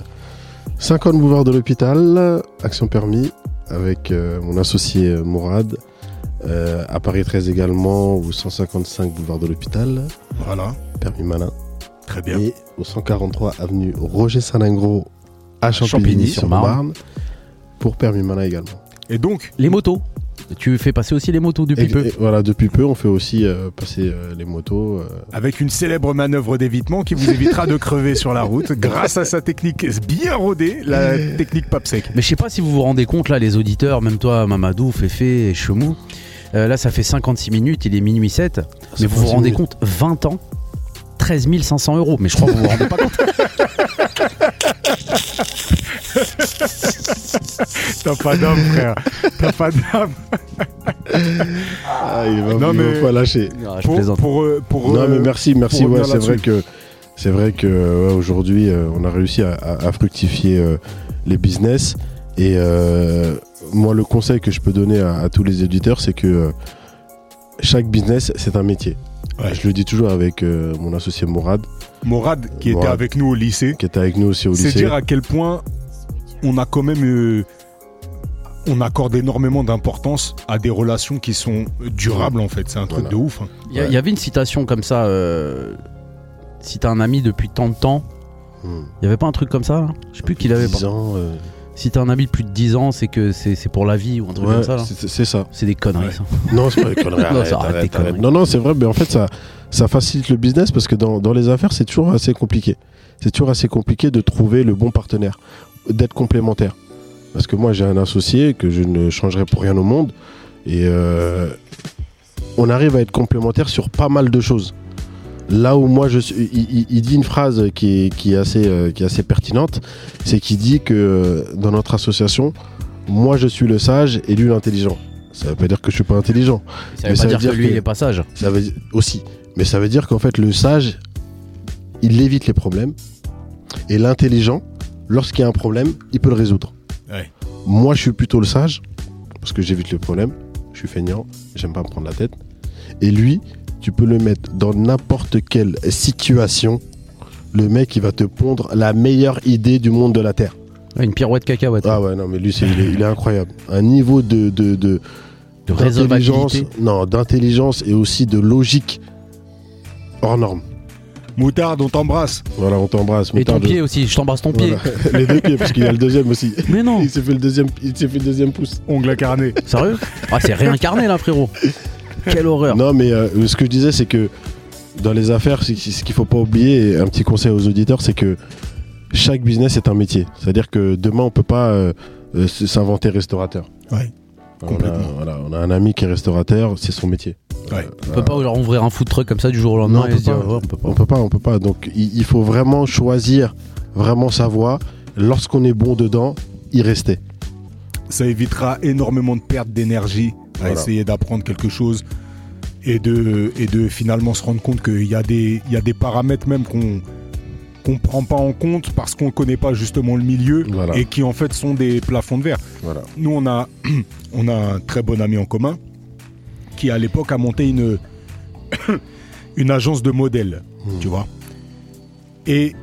D: 50 boulevard de l'hôpital, Action Permis, avec euh, mon associé euh, Mourad. euh, à Paris 13 également, au 155 boulevard de l'hôpital,
B: Voilà,
D: Permis Malin.
B: très bien.
D: Et au 143 avenue Roger Salingro à
C: Champigny-sur-Marne.
D: Champigny-sur-Marne, pour Permis Malin également.
B: Et donc,
C: Les motos. Tu fais passer aussi les motos depuis
D: Et-
C: peu.
D: et voilà, depuis peu, on fait aussi euh, passer euh, les motos. euh.
B: avec une célèbre manœuvre d'évitement qui vous évitera de crever sur la route grâce à sa technique bien rodée, la technique pape sec.
C: Mais je sais pas si vous vous rendez compte là, les auditeurs, même toi, Mamadou, Féfé et Chemou. euh, là, ça fait 56 minutes, il est minuit 7. Mais vous vous rendez compte, 20 ans, 13 500 euros. Mais je crois que vous vous rendez pas compte.
B: T'as pas d'âme, frère. T'as pas d'âme.
D: Ah, il va
B: Non,
D: non,
B: mais-
D: pas lâcher.
C: Non, je
B: Pour,
C: plaisante.
B: pour, euh, pour,
D: non,
B: euh,
D: mais merci, merci.
B: pour
D: ouais,
B: revenir
D: c'est vrai
B: là-dessus.
D: que c'est vrai que ouais, aujourd'hui, euh, on a réussi à, à- à fructifier euh, les business. Et euh, moi, le conseil que je peux donner à, à tous les éditeurs, c'est que euh, chaque business, c'est un métier.
B: Ouais.
D: Je le dis toujours avec euh, mon associé Mourad,
B: Morad, qui était
D: Morad.
B: avec nous au lycée,
D: qui était avec nous aussi au
B: c'est
D: lycée.
B: dire à quel point on a quand même. euh, on accorde énormément d'importance à des relations qui sont durables, en fait. C'est un truc
D: Voilà.
B: de ouf. hein.
C: Il y, a- il y avait une citation comme ça. euh, si t'as un ami depuis tant de temps,
D: Hmm.
C: il y avait pas un truc comme ça là Je sais plus qu'il avait pas.
D: 10 ans, euh,
C: Si t'as un ami de plus de 10 ans, c'est que c'est c'est pour la vie ou un truc
D: ouais,
C: comme ça. là.
D: c'est- c'est ça.
C: C'est des conneries.
B: Ouais.
C: ça.
D: Non, c'est pas des conneries.
C: Non,
D: arrête,
C: ça, arrête
D: arrête,
C: tes
D: arrête.
C: conneries.
D: Non, non, c'est vrai, mais en fait, ça, ça facilite le business parce que dans, dans les affaires, c'est toujours assez compliqué. C'est toujours assez compliqué de trouver le bon partenaire, d'être complémentaire. Parce que moi, j'ai un associé que je ne changerai pour rien au monde. Et euh, on arrive à être complémentaire sur pas mal de choses. Là où moi, je suis, il, il- il dit une phrase qui est, qui est assez, euh, qui est assez pertinente, c'est qu'il dit que euh, dans notre association, moi, je suis le sage et lui l'intelligent. Ça veut pas dire que je suis pas intelligent.
C: Ça
D: Mais
C: veut
D: ça
C: pas dire,
D: veut dire
C: que lui
D: que-
C: il est pas sage.
D: Ça veut dire- aussi. Mais ça veut dire qu'en fait, le sage, il évite les problèmes. Et l'intelligent, lorsqu'il y a un problème, il peut le résoudre.
B: Ouais.
D: Moi, je suis plutôt le sage, parce que j'évite le problème. Je suis feignant, j'aime pas me prendre la tête. Et lui, tu peux le mettre dans n'importe quelle situation. Le mec, il va te pondre la meilleure idée du monde de la Terre.
C: Ouais, Une pirouette cacahuète.
D: Ah ouais, non, mais lui, c'est- il, est, il est incroyable. Un niveau de- de- de,
C: de
D: d'intelligence,
C: résolvabilité.
D: non, d'intelligence et aussi de logique hors norme.
B: Moutarde, on t'embrasse.
D: Voilà, on t'embrasse.
C: Et ton
D: Moutarde.
C: pied aussi, je t'embrasse ton pied.
D: Voilà. Les deux pieds, parce qu'il y a le deuxième aussi.
C: Mais non,
D: Il s'est fait le deuxième, il s'est fait le deuxième pouce.
B: Ongle incarné.
C: sérieux Ah, c'est réincarné là, frérot. Quelle horreur.
D: Non, mais euh, ce que je disais, c'est que dans les affaires, c'est- c'est ce qu'il faut pas oublier, et un petit conseil aux auditeurs, c'est que chaque business est un métier. C'est-à-dire que demain, on peut pas euh, euh, s- s'inventer restaurateur.
B: Ouais,
D: On a-
B: complètement.
D: voilà, on a un ami qui est restaurateur, c'est son métier.
B: Ouais.
C: On peut pas genre, ouvrir un food truck comme ça du jour au lendemain
D: Oh Non, on
C: et
D: peut
C: se dire, oh,
D: pas.
C: ouais, on peut pas.
D: On peut pas, on peut pas. Donc il, il faut vraiment choisir vraiment sa voie. Lorsqu'on est bon dedans, y rester.
B: ça évitera énormément de pertes d'énergie à
D: Voilà.
B: essayer d'apprendre quelque chose et de, et de finalement se rendre compte qu'il y, a des- il y a des paramètres même qu'on qu'on prend pas en compte parce qu'on connaît pas justement le milieu
D: Voilà.
B: et qui en fait sont des plafonds de verre.
D: Voilà.
B: Nous, on a, on a un très bon ami en commun qui, à l'époque, a monté une, une agence de modèles,
D: Mhm.
B: tu vois. Et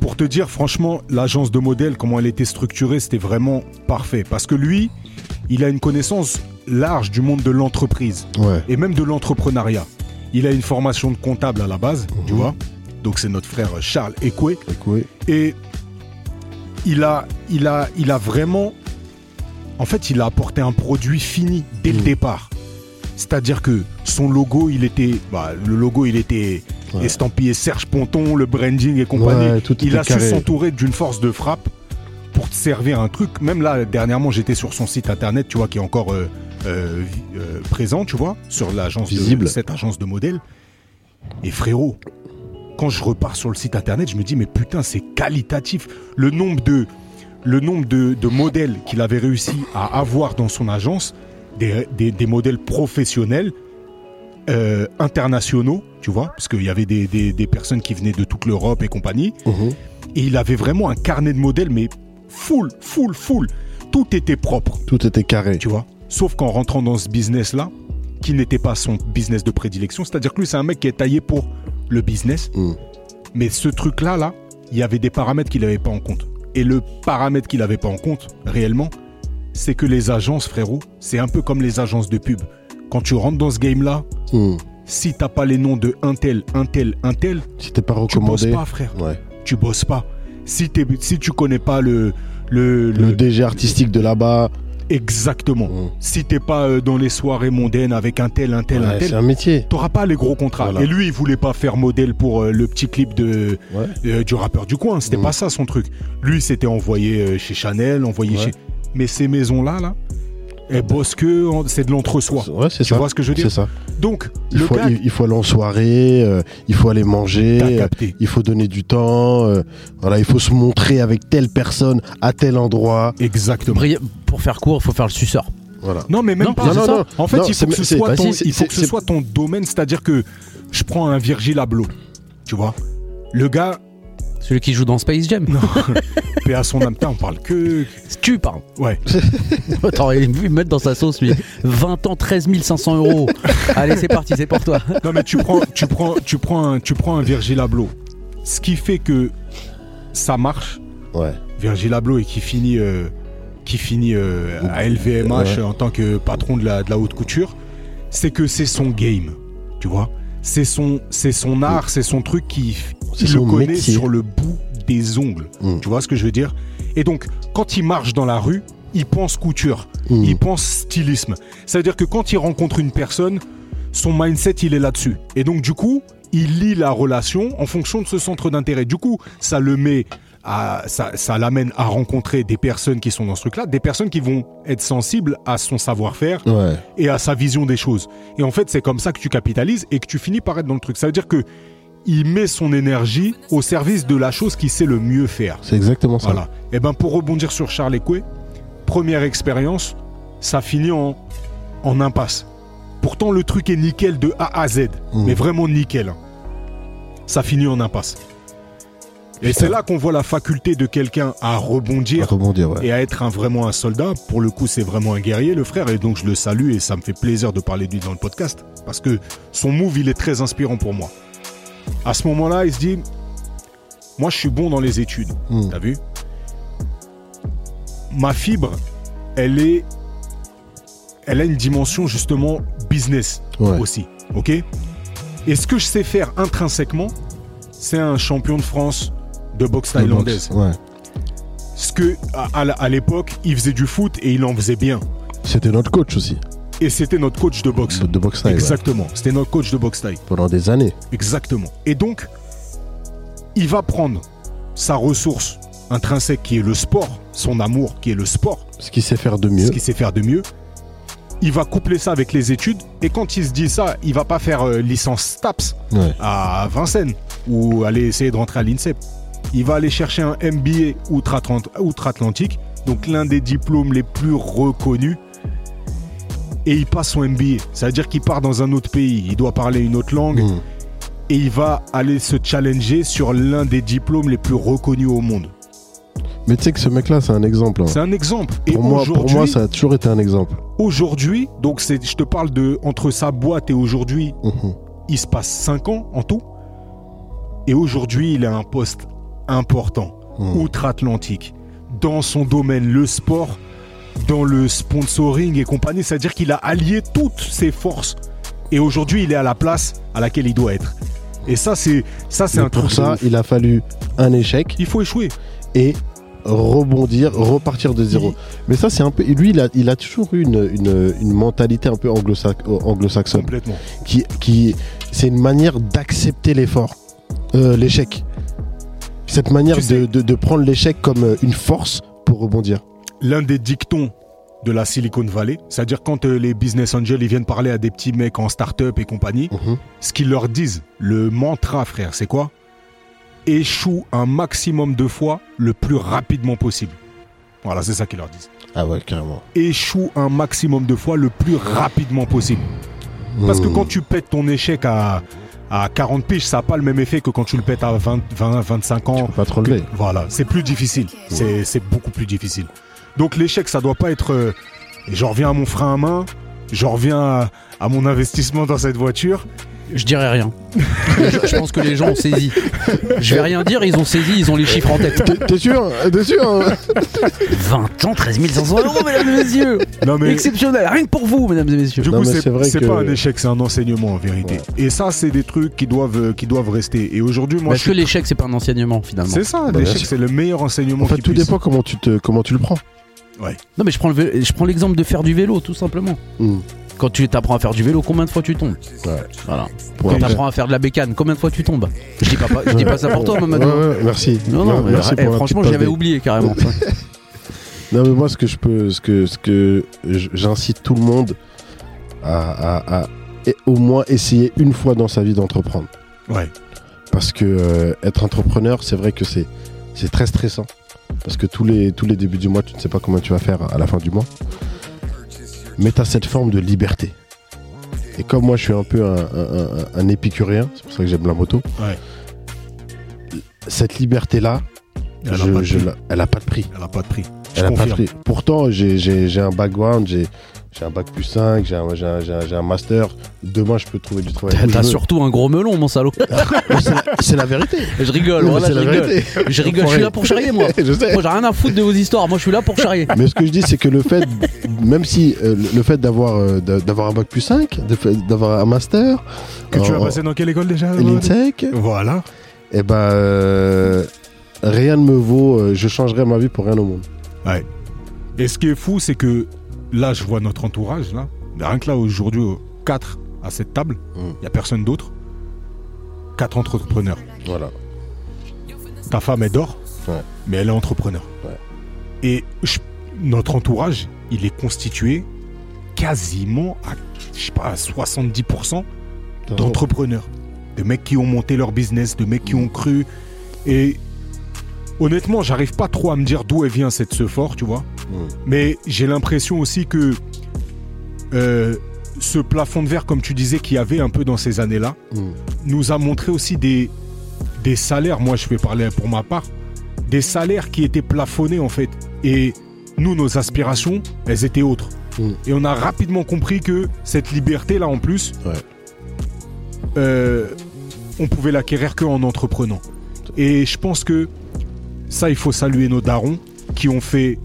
B: pour te dire, franchement, l'agence de modèles, comment elle était structurée, c'était vraiment parfait. Parce que lui, il a une connaissance large du monde de l'entreprise
D: Ouais.
B: et même de l'entrepreneuriat. Il a une formation de comptable à la base, tu
D: Mhm.
B: vois. Donc, c'est notre frère Charles Écoué.
D: Écoué.
B: Et il a, il a, il a vraiment. En fait, il a apporté un produit fini dès le
D: Mm.
B: départ. C'est-à-dire que son logo, il était, bah, le logo, il était
D: Ouais.
B: estampillé Serge Ponton, le branding et compagnie.
D: Ouais, tout
B: il
D: était
B: a su
D: carré.
B: s'entourer d'une force de frappe pour te servir un truc. Même là, dernièrement, j'étais sur son site internet, tu vois, qui est encore euh, euh, vi- euh, présent, tu vois, sur l'agence de-
D: Visible.
B: cette agence de modèles. Et frérot, quand je repars sur le site internet, je me dis mais putain, c'est qualitatif. Le nombre de le nombre de, de modèles qu'il avait réussi à avoir dans son agence, des, des- des modèles professionnels, euh, internationaux, tu vois, parce qu'il y avait des, des- des personnes qui venaient de toute l'Europe et compagnie.
D: Mhm.
B: Et il avait vraiment un carnet de modèles, mais full, full, full. Tout était propre,
D: Tout était carré.
B: tu vois. Sauf qu'en rentrant dans ce business-là, qui n'était pas son business de prédilection, c'est-à-dire que lui, c'est un mec qui est taillé pour le business,
D: Mm.
B: mais ce truc-là, là, il y avait des paramètres qu'il n'avait pas en compte. Et le paramètre qu'il n'avait pas en compte, réellement, c'est que les agences, frérot, c'est un peu comme les agences de pub. Quand tu rentres dans ce game-là,
D: Mhm.
B: si t'as pas les noms de un tel, un tel, un tel,
D: C'était pas
B: tu bosses
D: recommandé.
B: pas, frère
D: Ouais.
B: tu bosses pas. Si, t'es- si tu connais pas le, le,
D: Le
B: le-
D: DG artistique de là-bas.
B: exactement,
D: Mhm.
B: si t'es pas euh, dans les soirées mondaines avec un tel, un tel, un
D: Ouais, c'est
B: tel,
D: un métier.
B: t'auras pas les gros contrats.
D: Voilà.
B: Et lui, il voulait pas faire modèle pour euh, le petit clip de
D: Ouais.
B: euh, du rappeur du coin. C'était
D: Mhm.
B: pas ça son truc. Lui, c'était envoyé euh, chez Chanel, envoyé
D: Ouais.
B: chez. Mais ces maisons là, là, elles bossent que en- c'est de l'entre-soi.
D: Ouais, c'est
B: Tu
D: ça.
B: vois ce que je veux dire
D: C'est ça.
B: Donc
D: Il
B: le
D: faut,
B: gars,
D: il, il faut aller en soirée, euh, il faut aller
B: t'as
D: manger, euh,
B: capté.
D: il faut donner du temps, euh, voilà, il faut se montrer avec telle personne à tel endroit.
B: Exactement.
C: Bri- Pour faire court, faut faire le suceur.
D: Voilà.
B: Non, mais même
C: Non,
B: pas.
C: non, non,
B: En fait,
D: Non,
B: il
D: c'est-
B: faut que ce
D: c'est-
B: soit
D: vas-y,
B: ton,
D: c'est-
B: il faut que
D: c'est-
B: ce soit ton domaine, c'est-à-dire que je prends un Virgil Abloh, tu vois. Le gars,
C: Celui qui joue dans Space Jam.
B: non, paix à son âme, putain, on parle que.
C: Tu, pardon.
B: Ouais,
C: Attends, il me mettre dans sa sauce, lui. 20 ans, 13 500 euros. Allez, c'est parti, c'est pour toi.
B: non, mais tu prends, tu prends, tu prends, un, tu prends un Virgil Abloh. Ce qui fait que ça marche,
D: Ouais.
B: Virgil Abloh, et qui finit, euh, qui finit euh, à LVMH
D: Ouais.
B: en tant que patron de la, de la haute couture, c'est que c'est son game, tu vois. C'est son, c'est son art, c'est son truc qui,
D: Mm. C'est
B: il le
D: son
B: connaît
D: métier.
B: sur le bout des ongles.
D: Mm.
B: Tu vois ce que je veux dire Et donc, quand il marche dans la rue, il pense couture,
D: Mm.
B: il pense stylisme. Ça veut dire que quand il rencontre une personne, son mindset, il est là-dessus. Et donc, du coup, il lit la relation en fonction de ce centre d'intérêt. Du coup, ça le met à, ça, ça l'amène à rencontrer des personnes qui sont dans ce truc-là, des personnes qui vont être sensibles à son savoir-faire,
D: Ouais.
B: et à sa vision des choses. Et en fait, c'est comme ça que tu capitalises et que tu finis par être dans le truc. Ça veut dire que il met son énergie au service de la chose qu'il sait le mieux faire.
D: C'est exactement ça.
B: Voilà. Et ben pour rebondir sur Charles Écoué, première expérience, ça finit en, en impasse. Pourtant, le truc est nickel de A à Z,
D: Mmh.
B: mais vraiment nickel. hein. Ça finit en impasse. Et
D: Putain.
B: c'est là qu'on voit la faculté de quelqu'un à
D: À
B: rebondir
D: rebondir, ouais.
B: et à être un, vraiment un soldat. Pour le coup, c'est vraiment un guerrier, le frère, et donc je le salue et ça me fait plaisir de parler de lui dans le podcast parce que son move, il est très inspirant pour moi. À ce moment-là, il se dit Moi, je suis bon dans les études,
D: Mm.
B: t'as vu Ma fibre, elle est. Elle a une dimension justement business
D: Ouais.
B: aussi, ok Et ce que je sais faire intrinsèquement, c'est un champion de France de boxe
D: Le boxe,
B: thaïlandaise
D: Ouais.
B: ce que à, à la- à l'époque il faisait du foot et il en faisait bien
D: C'était notre coach aussi,
B: et c'était notre coach de boxe
D: de boxe thaï, ouais.
B: exactement c'était notre coach de boxe taille
D: pendant des années.
B: exactement et donc il va prendre sa ressource intrinsèque qui est le sport son amour qui est le sport
D: Ce qu'il sait faire de mieux.
B: ce qu'il sait faire de mieux il va coupler ça avec les études et quand il se dit ça il va pas faire euh, licence TAPS
D: Ouais.
B: à Vincennes ou aller essayer de rentrer à l'INSEP. Il va aller chercher un MBA outre-Atlant- outre-Atlantique, donc l'un des diplômes les plus reconnus. Et il passe son MBA. C'est-à-dire qu'il part dans un autre pays. Il doit parler une autre langue.
D: Mm.
B: et il va aller se challenger sur l'un des diplômes les plus reconnus au monde.
D: Mm. Mais tu sais que ce mec-là, c'est un exemple. hein.
B: C'est un exemple. et
D: Pour, moi, pour moi,
B: aujourd'hui,
D: ça a toujours été un exemple.
B: aujourd'hui, donc c'est, je te parle de entre sa boîte et aujourd'hui,
D: Mhm.
B: il se passe 5 ans en tout. Et aujourd'hui, il a un poste important,
D: Mhm.
B: outre-Atlantique, dans son domaine, le sport, dans le sponsoring et compagnie. C'est-à-dire qu'il a allié toutes ses forces. Et aujourd'hui, il est à la place à laquelle il doit être. Et ça, c'est, ça, c'est
D: Mais
B: un
D: pour
B: truc de
D: ça,
B: ouf.
D: il a fallu un échec
B: Il faut échouer.
D: et rebondir, repartir de zéro.
B: Il-
D: Mais ça, c'est un peu. Lui, il a, il a toujours eu une, une, une mentalité un peu anglo-sac- euh, anglo-saxonne.
B: Complètement.
D: qui, qui c'est une manière d'accepter l'effort, euh, l'échec. Cette manière
B: Tu sais-
D: de, de- de prendre l'échec comme euh, une force pour rebondir.
B: l'un des dictons de la Silicon Valley, c'est-à-dire quand euh, les business angels ils viennent parler à des petits mecs en start-up et compagnie,
D: Mhm.
B: ce qu'ils leur disent, le mantra frère, c'est quoi Échoue un maximum de fois le plus rapidement possible. Voilà, c'est ça qu'ils leur disent.
D: Ah ouais, carrément.
B: Échoue un maximum de fois le plus rapidement possible. Parce
D: Hmm.
B: que quand tu pètes ton échec à, à 40 piges, ça n'a pas le même effet que quand tu le pètes à 20, 20 25 ans,
D: peux pas te relever.
B: voilà, c'est plus difficile. C'est c'est beaucoup plus difficile. Donc l'échec, ça doit pas être. euh, j'en reviens à mon frein à main, j'en reviens à, à mon investissement dans cette voiture.
C: Je dirais rien. je, je pense que les gens ont saisi. Je vais rien dire, ils ont saisi, ils ont les chiffres en tête.
D: T'es- T'es sûr hein, T'es sûr
C: 20 ans, 13 500 euros, mesdames et messieurs.
B: Non mais
C: Exceptionnel, rien que pour vous, mesdames et messieurs.
B: du
D: Non,
B: coup,
D: mais
B: c'est
D: c'est vrai
B: c'est
D: que-
B: pas un échec, c'est un enseignement en vérité. Et ça, c'est des trucs qui doivent euh, qui doivent rester. Et aujourd'hui, moi,
C: Parce
B: je suis-
C: que l'échec, c'est pas un enseignement finalement.
B: c'est ça,
D: Bah, bien
B: l'échec,
D: sûr.
B: c'est le meilleur enseignement.
D: En fait,
B: qui
D: tout
B: puisse.
D: dépend comment tu, te, comment tu le prends.
C: Non, mais je prends le vé- je prends l'exemple de faire du vélo, tout simplement.
D: Mm.
C: Quand tu t'apprends à faire du vélo, combien de fois tu tombes
D: Ouais.
C: Voilà.
D: Pour
C: Quand
D: après.
C: t'apprends à faire de la bécane, combien de fois tu tombes Je dis pas, pas- je dis pas ça pour toi, Mamadou.
D: Ouais, ouais, merci.
C: Non, non, mais,
D: merci
C: eh,
D: pour la
C: franchement,
D: petite
C: j'avais
D: update.
C: oublié carrément.
D: Non, mais moi, ce que je peux, ce que, ce que j- j'incite tout le monde à, à- à- et au moins essayer une fois dans sa vie d'entreprendre.
B: Ouais.
D: Parce que euh, être entrepreneur, c'est vrai que c'est, c'est très stressant. Parce que tous les, tous les débuts du mois, tu ne sais pas comment tu vas faire à la fin du mois. Mais tu as cette forme de liberté. Et comme moi, je suis un peu un, un- un- un épicurien, c'est pour ça que j'aime la moto.
B: Ouais.
D: Cette liberté-là,
B: Elle a
D: je-
B: pas de
D: je
B: prix.
D: la- elle n'a pas de prix.
B: Elle a pas de prix. Je
D: Elle a pas
B: confirme.
D: pris. Pourtant, j'ai- j'ai j'ai un background, j'ai j'ai un bac plus 5, j'ai un, j'ai un- j'ai un- j'ai un master. Demain, je peux trouver du travail.
C: T'as
D: où je
C: t'as
D: veux.
C: surtout un gros melon, mon salaud.
D: Mais C'est la, c'est la vérité.
C: Je
B: Ah,
C: rigole,
D: Non, mais
C: voilà,
D: c'est
C: je
D: la
C: rigole.
D: vérité.
C: Je rigole, je suis là pour charrier, moi.
D: je sais.
C: Moi, j'ai rien à foutre de vos histoires. Moi, je suis là pour charrier.
D: Mais ce que je dis, c'est que le fait, même si euh, le fait d'avoir euh, d'a- d'avoir un bac plus 5, de fait- d'avoir un master,
B: Que tu
D: en-
B: vas passer dans quelle école
C: Ah
B: déjà
D: en l'INSEC,
B: Voilà.
D: eh ben, euh, rien ne me vaut. euh, je changerai ma vie pour rien au monde.
B: Et ce qui est fou, c'est que là, je vois notre entourage, là. Rien que là, aujourd'hui, 4 à cette table, il
D: Mm.
B: n'y a personne d'autre. Quatre entrepreneurs.
D: Voilà.
B: Ta femme, elle dort,
D: Ouais.
B: mais elle est entrepreneur.
D: Ouais.
B: Et je- notre entourage, il est constitué quasiment à, je sais pas, à 70% d'entrepreneurs. De mecs qui ont monté leur business, de mecs qui ont cru. Et honnêtement, j'arrive pas trop à me dire d'où elle vient cette ce fort, tu vois.
D: Mm.
B: Mais j'ai l'impression aussi que euh, ce plafond de verre, comme tu disais, qu'il y avait un peu dans ces années-là,
D: Mm.
B: nous a montré aussi des, des salaires. Moi, je vais parler pour ma part, des salaires qui étaient plafonnés en fait. Et nous, nos aspirations, elles étaient autres.
D: Mm.
B: Et on a rapidement compris que cette liberté là, en plus,
D: Ouais.
B: euh, on pouvait l'acquérir qu'en entreprenant. Et je pense que ça, il faut saluer nos darons qui ont fait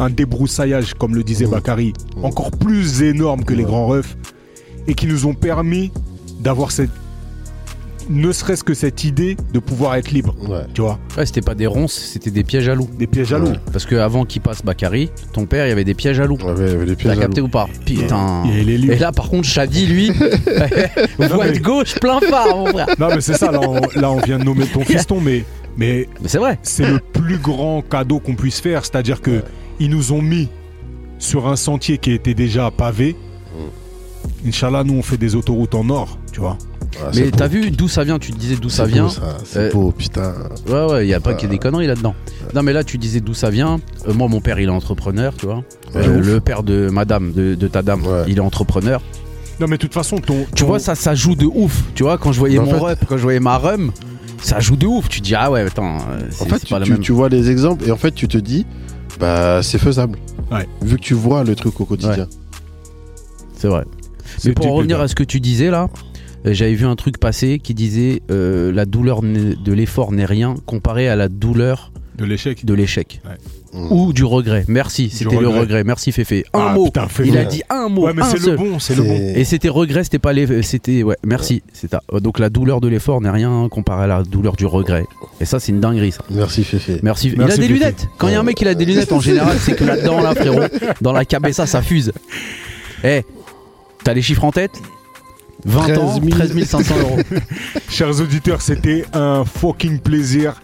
B: un débroussaillage, comme le disait
D: Mmh.
B: Bakary,
D: Mmh.
B: encore plus énorme que les
D: Ouais.
B: grands refs et qui nous ont permis d'avoir cette. ne serait-ce que cette idée de pouvoir être libre.
D: Ouais.
B: Tu vois
C: Ouais, c'était pas des ronces, c'était des pièges à loups.
B: Des pièges à
D: Ouais.
B: l'eau.
C: Parce que avant qu'il passe Bakary, ton père, il y avait des pièges à loups.
D: On avait, on avait les pieds
C: T'as
D: à
C: capté
D: l'eau.
C: ou pas Putain.
B: Et les
C: Et
B: livres.
C: là, par contre, Shadi, lui, voit de gauche plein phare, mon frère.
B: Non, mais c'est ça, là on, là, on vient de nommer ton fiston, mais, mais
C: Mais c'est vrai.
B: c'est le plus grand cadeau qu'on puisse faire. C'est-à-dire que ils nous ont mis sur un sentier qui était déjà pavé.
C: Mm.
B: Inch'Allah, nous, on fait des autoroutes en or, tu vois.
D: Ouais, Ah, c'est
C: Mais
D: beau.
C: t'as vu d'où ça vient Tu disais d'où ça
D: C'est
C: vient.
D: beau, ça. Euh, C'est
C: Euh,
D: beau, putain.
C: Ouais, ouais, il y a pas que des conneries là-dedans. Non, mais là, tu disais d'où ça vient. Euh, moi, mon père, il est entrepreneur, tu vois.
D: Ouais,
C: Euh,
D: ouf.
C: le père de madame, de, de ta dame,
D: Ouais.
C: il est entrepreneur.
B: Non, mais de toute façon, ton.
C: Tu
B: ton-
C: vois, ça, ça joue de ouf. Tu vois, quand je voyais
D: Mais en
C: mon
D: fait-
C: rep, quand je voyais ma rhum, ça joue de ouf. Tu te dis, ah ouais, attends, euh, c'est
D: En fait,
C: c'est
D: tu,
C: pas la
D: tu-
C: même.
D: tu vois les exemples et en fait, tu te dis, bah, c'est faisable.
B: Ouais.
D: Vu que tu vois le truc au quotidien.
C: C'est vrai.
B: c'est
C: Mais pour
B: type,
C: revenir
B: gars.
C: à ce que tu disais là, euh, j'avais vu un truc passer qui disait euh, la douleur n'est- de l'effort n'est rien comparée à la douleur
B: De l'échec.
C: de l'échec
D: Mm.
C: ou du regret. Merci, c'était le
B: regret.
C: regret. Merci Féfé. Un
B: Ah,
C: mot.
B: putain, fais
C: Il a
B: le-
C: dit un mot.
B: Ouais, mais
C: un
B: c'est le
C: seul.
B: bon, c'est le bon.
C: Et c'était regret, c'était pas les, c'était ouais. Merci, c'est ça. Donc la douleur de l'effort n'est rien comparée à la douleur du regret. Et ça, c'est une dinguerie. Ça.
D: Merci Féfé.
C: Merci. Il a
B: Merci,
C: des
B: Fifi.
C: lunettes. Quand il y a un mec qui a des lunettes, en général, c'est que là-dedans, là, frérot, dans la cabessa, ça fuse. Eh, t'as les chiffres en tête 20 ans,
D: 13
C: 13 500 euros.
B: Chers auditeurs, c'était un fucking plaisir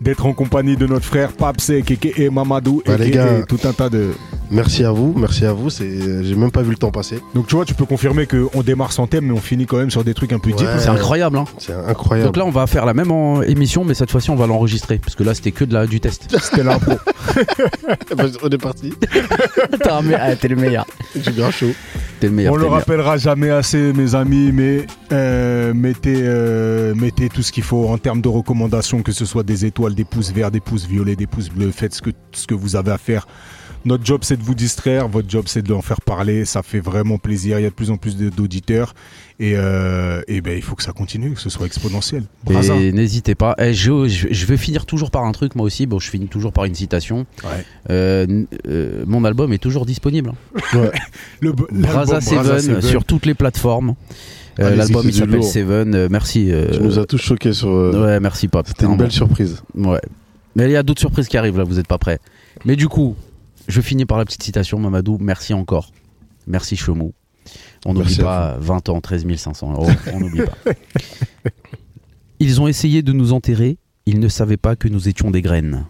B: d'être en compagnie de notre frère Papsek, et Mamadou,
D: Bah, les
B: et
D: gars.
B: tout un tas de.
D: Merci à vous, merci à vous. C'est, j'ai même pas vu le temps passer.
B: Donc tu vois, tu peux confirmer qu'on démarre sans thème, mais on finit quand même sur des trucs un peu
D: Ouais.
B: deep.
C: C'est incroyable, hein.
D: C'est incroyable.
C: Donc là, on va faire la même en- émission, mais cette fois-ci, on va l'enregistrer. Parce que là, c'était que de la, du test.
B: C'était l'impro.
D: Eh ben, on est parti.
C: Attends, mais, ah, t'es le meilleur.
D: J'ai bien chaud.
C: T'es le meilleur.
B: on
C: t'es
B: le
C: le meilleur.
B: rappellera jamais assez, mes amis, mais euh, mettez, euh, mettez tout ce qu'il faut en termes de recommandations, que ce soit des étoiles, des pouces verts, des pouces violets, des pouces bleus. Faites ce que, ce que vous avez à faire. Notre job, c'est de vous distraire. Votre job, c'est de en faire parler. Ça fait vraiment plaisir. Il y a de plus en plus de- d'auditeurs. Et, euh, et ben, il faut que ça continue, que ce soit exponentiel. Braza.
C: Et n'hésitez pas. Eh, je, je- je vais finir toujours par un truc, moi aussi. Bon, je finis toujours par une citation.
B: Ouais.
C: Euh, n- euh, mon album est toujours disponible. hein.
B: Le b- l'album Braza
C: Braza Seven
B: Seven.
C: sur toutes les plateformes. Euh,
D: Allez,
C: L'album
D: c'est
C: il
D: du
C: s'appelle
D: lourd.
C: Seven. Euh, merci. euh,
D: Tu nous as tous choqués sur. euh,
C: Ouais, merci Pop.
D: C'était une
C: Vraiment.
D: belle surprise.
C: Ouais. Mais il y a d'autres surprises qui arrivent là, vous n'êtes pas prêts. Mais du coup, je finis par la petite citation Mamadou, merci encore. Merci Chemou. On n'oublie
D: Merci à
C: pas 20 ans, 13 500 euros, Oh, on n'oublie pas. Ils ont essayé de nous enterrer, ils ne savaient pas que nous étions des graines.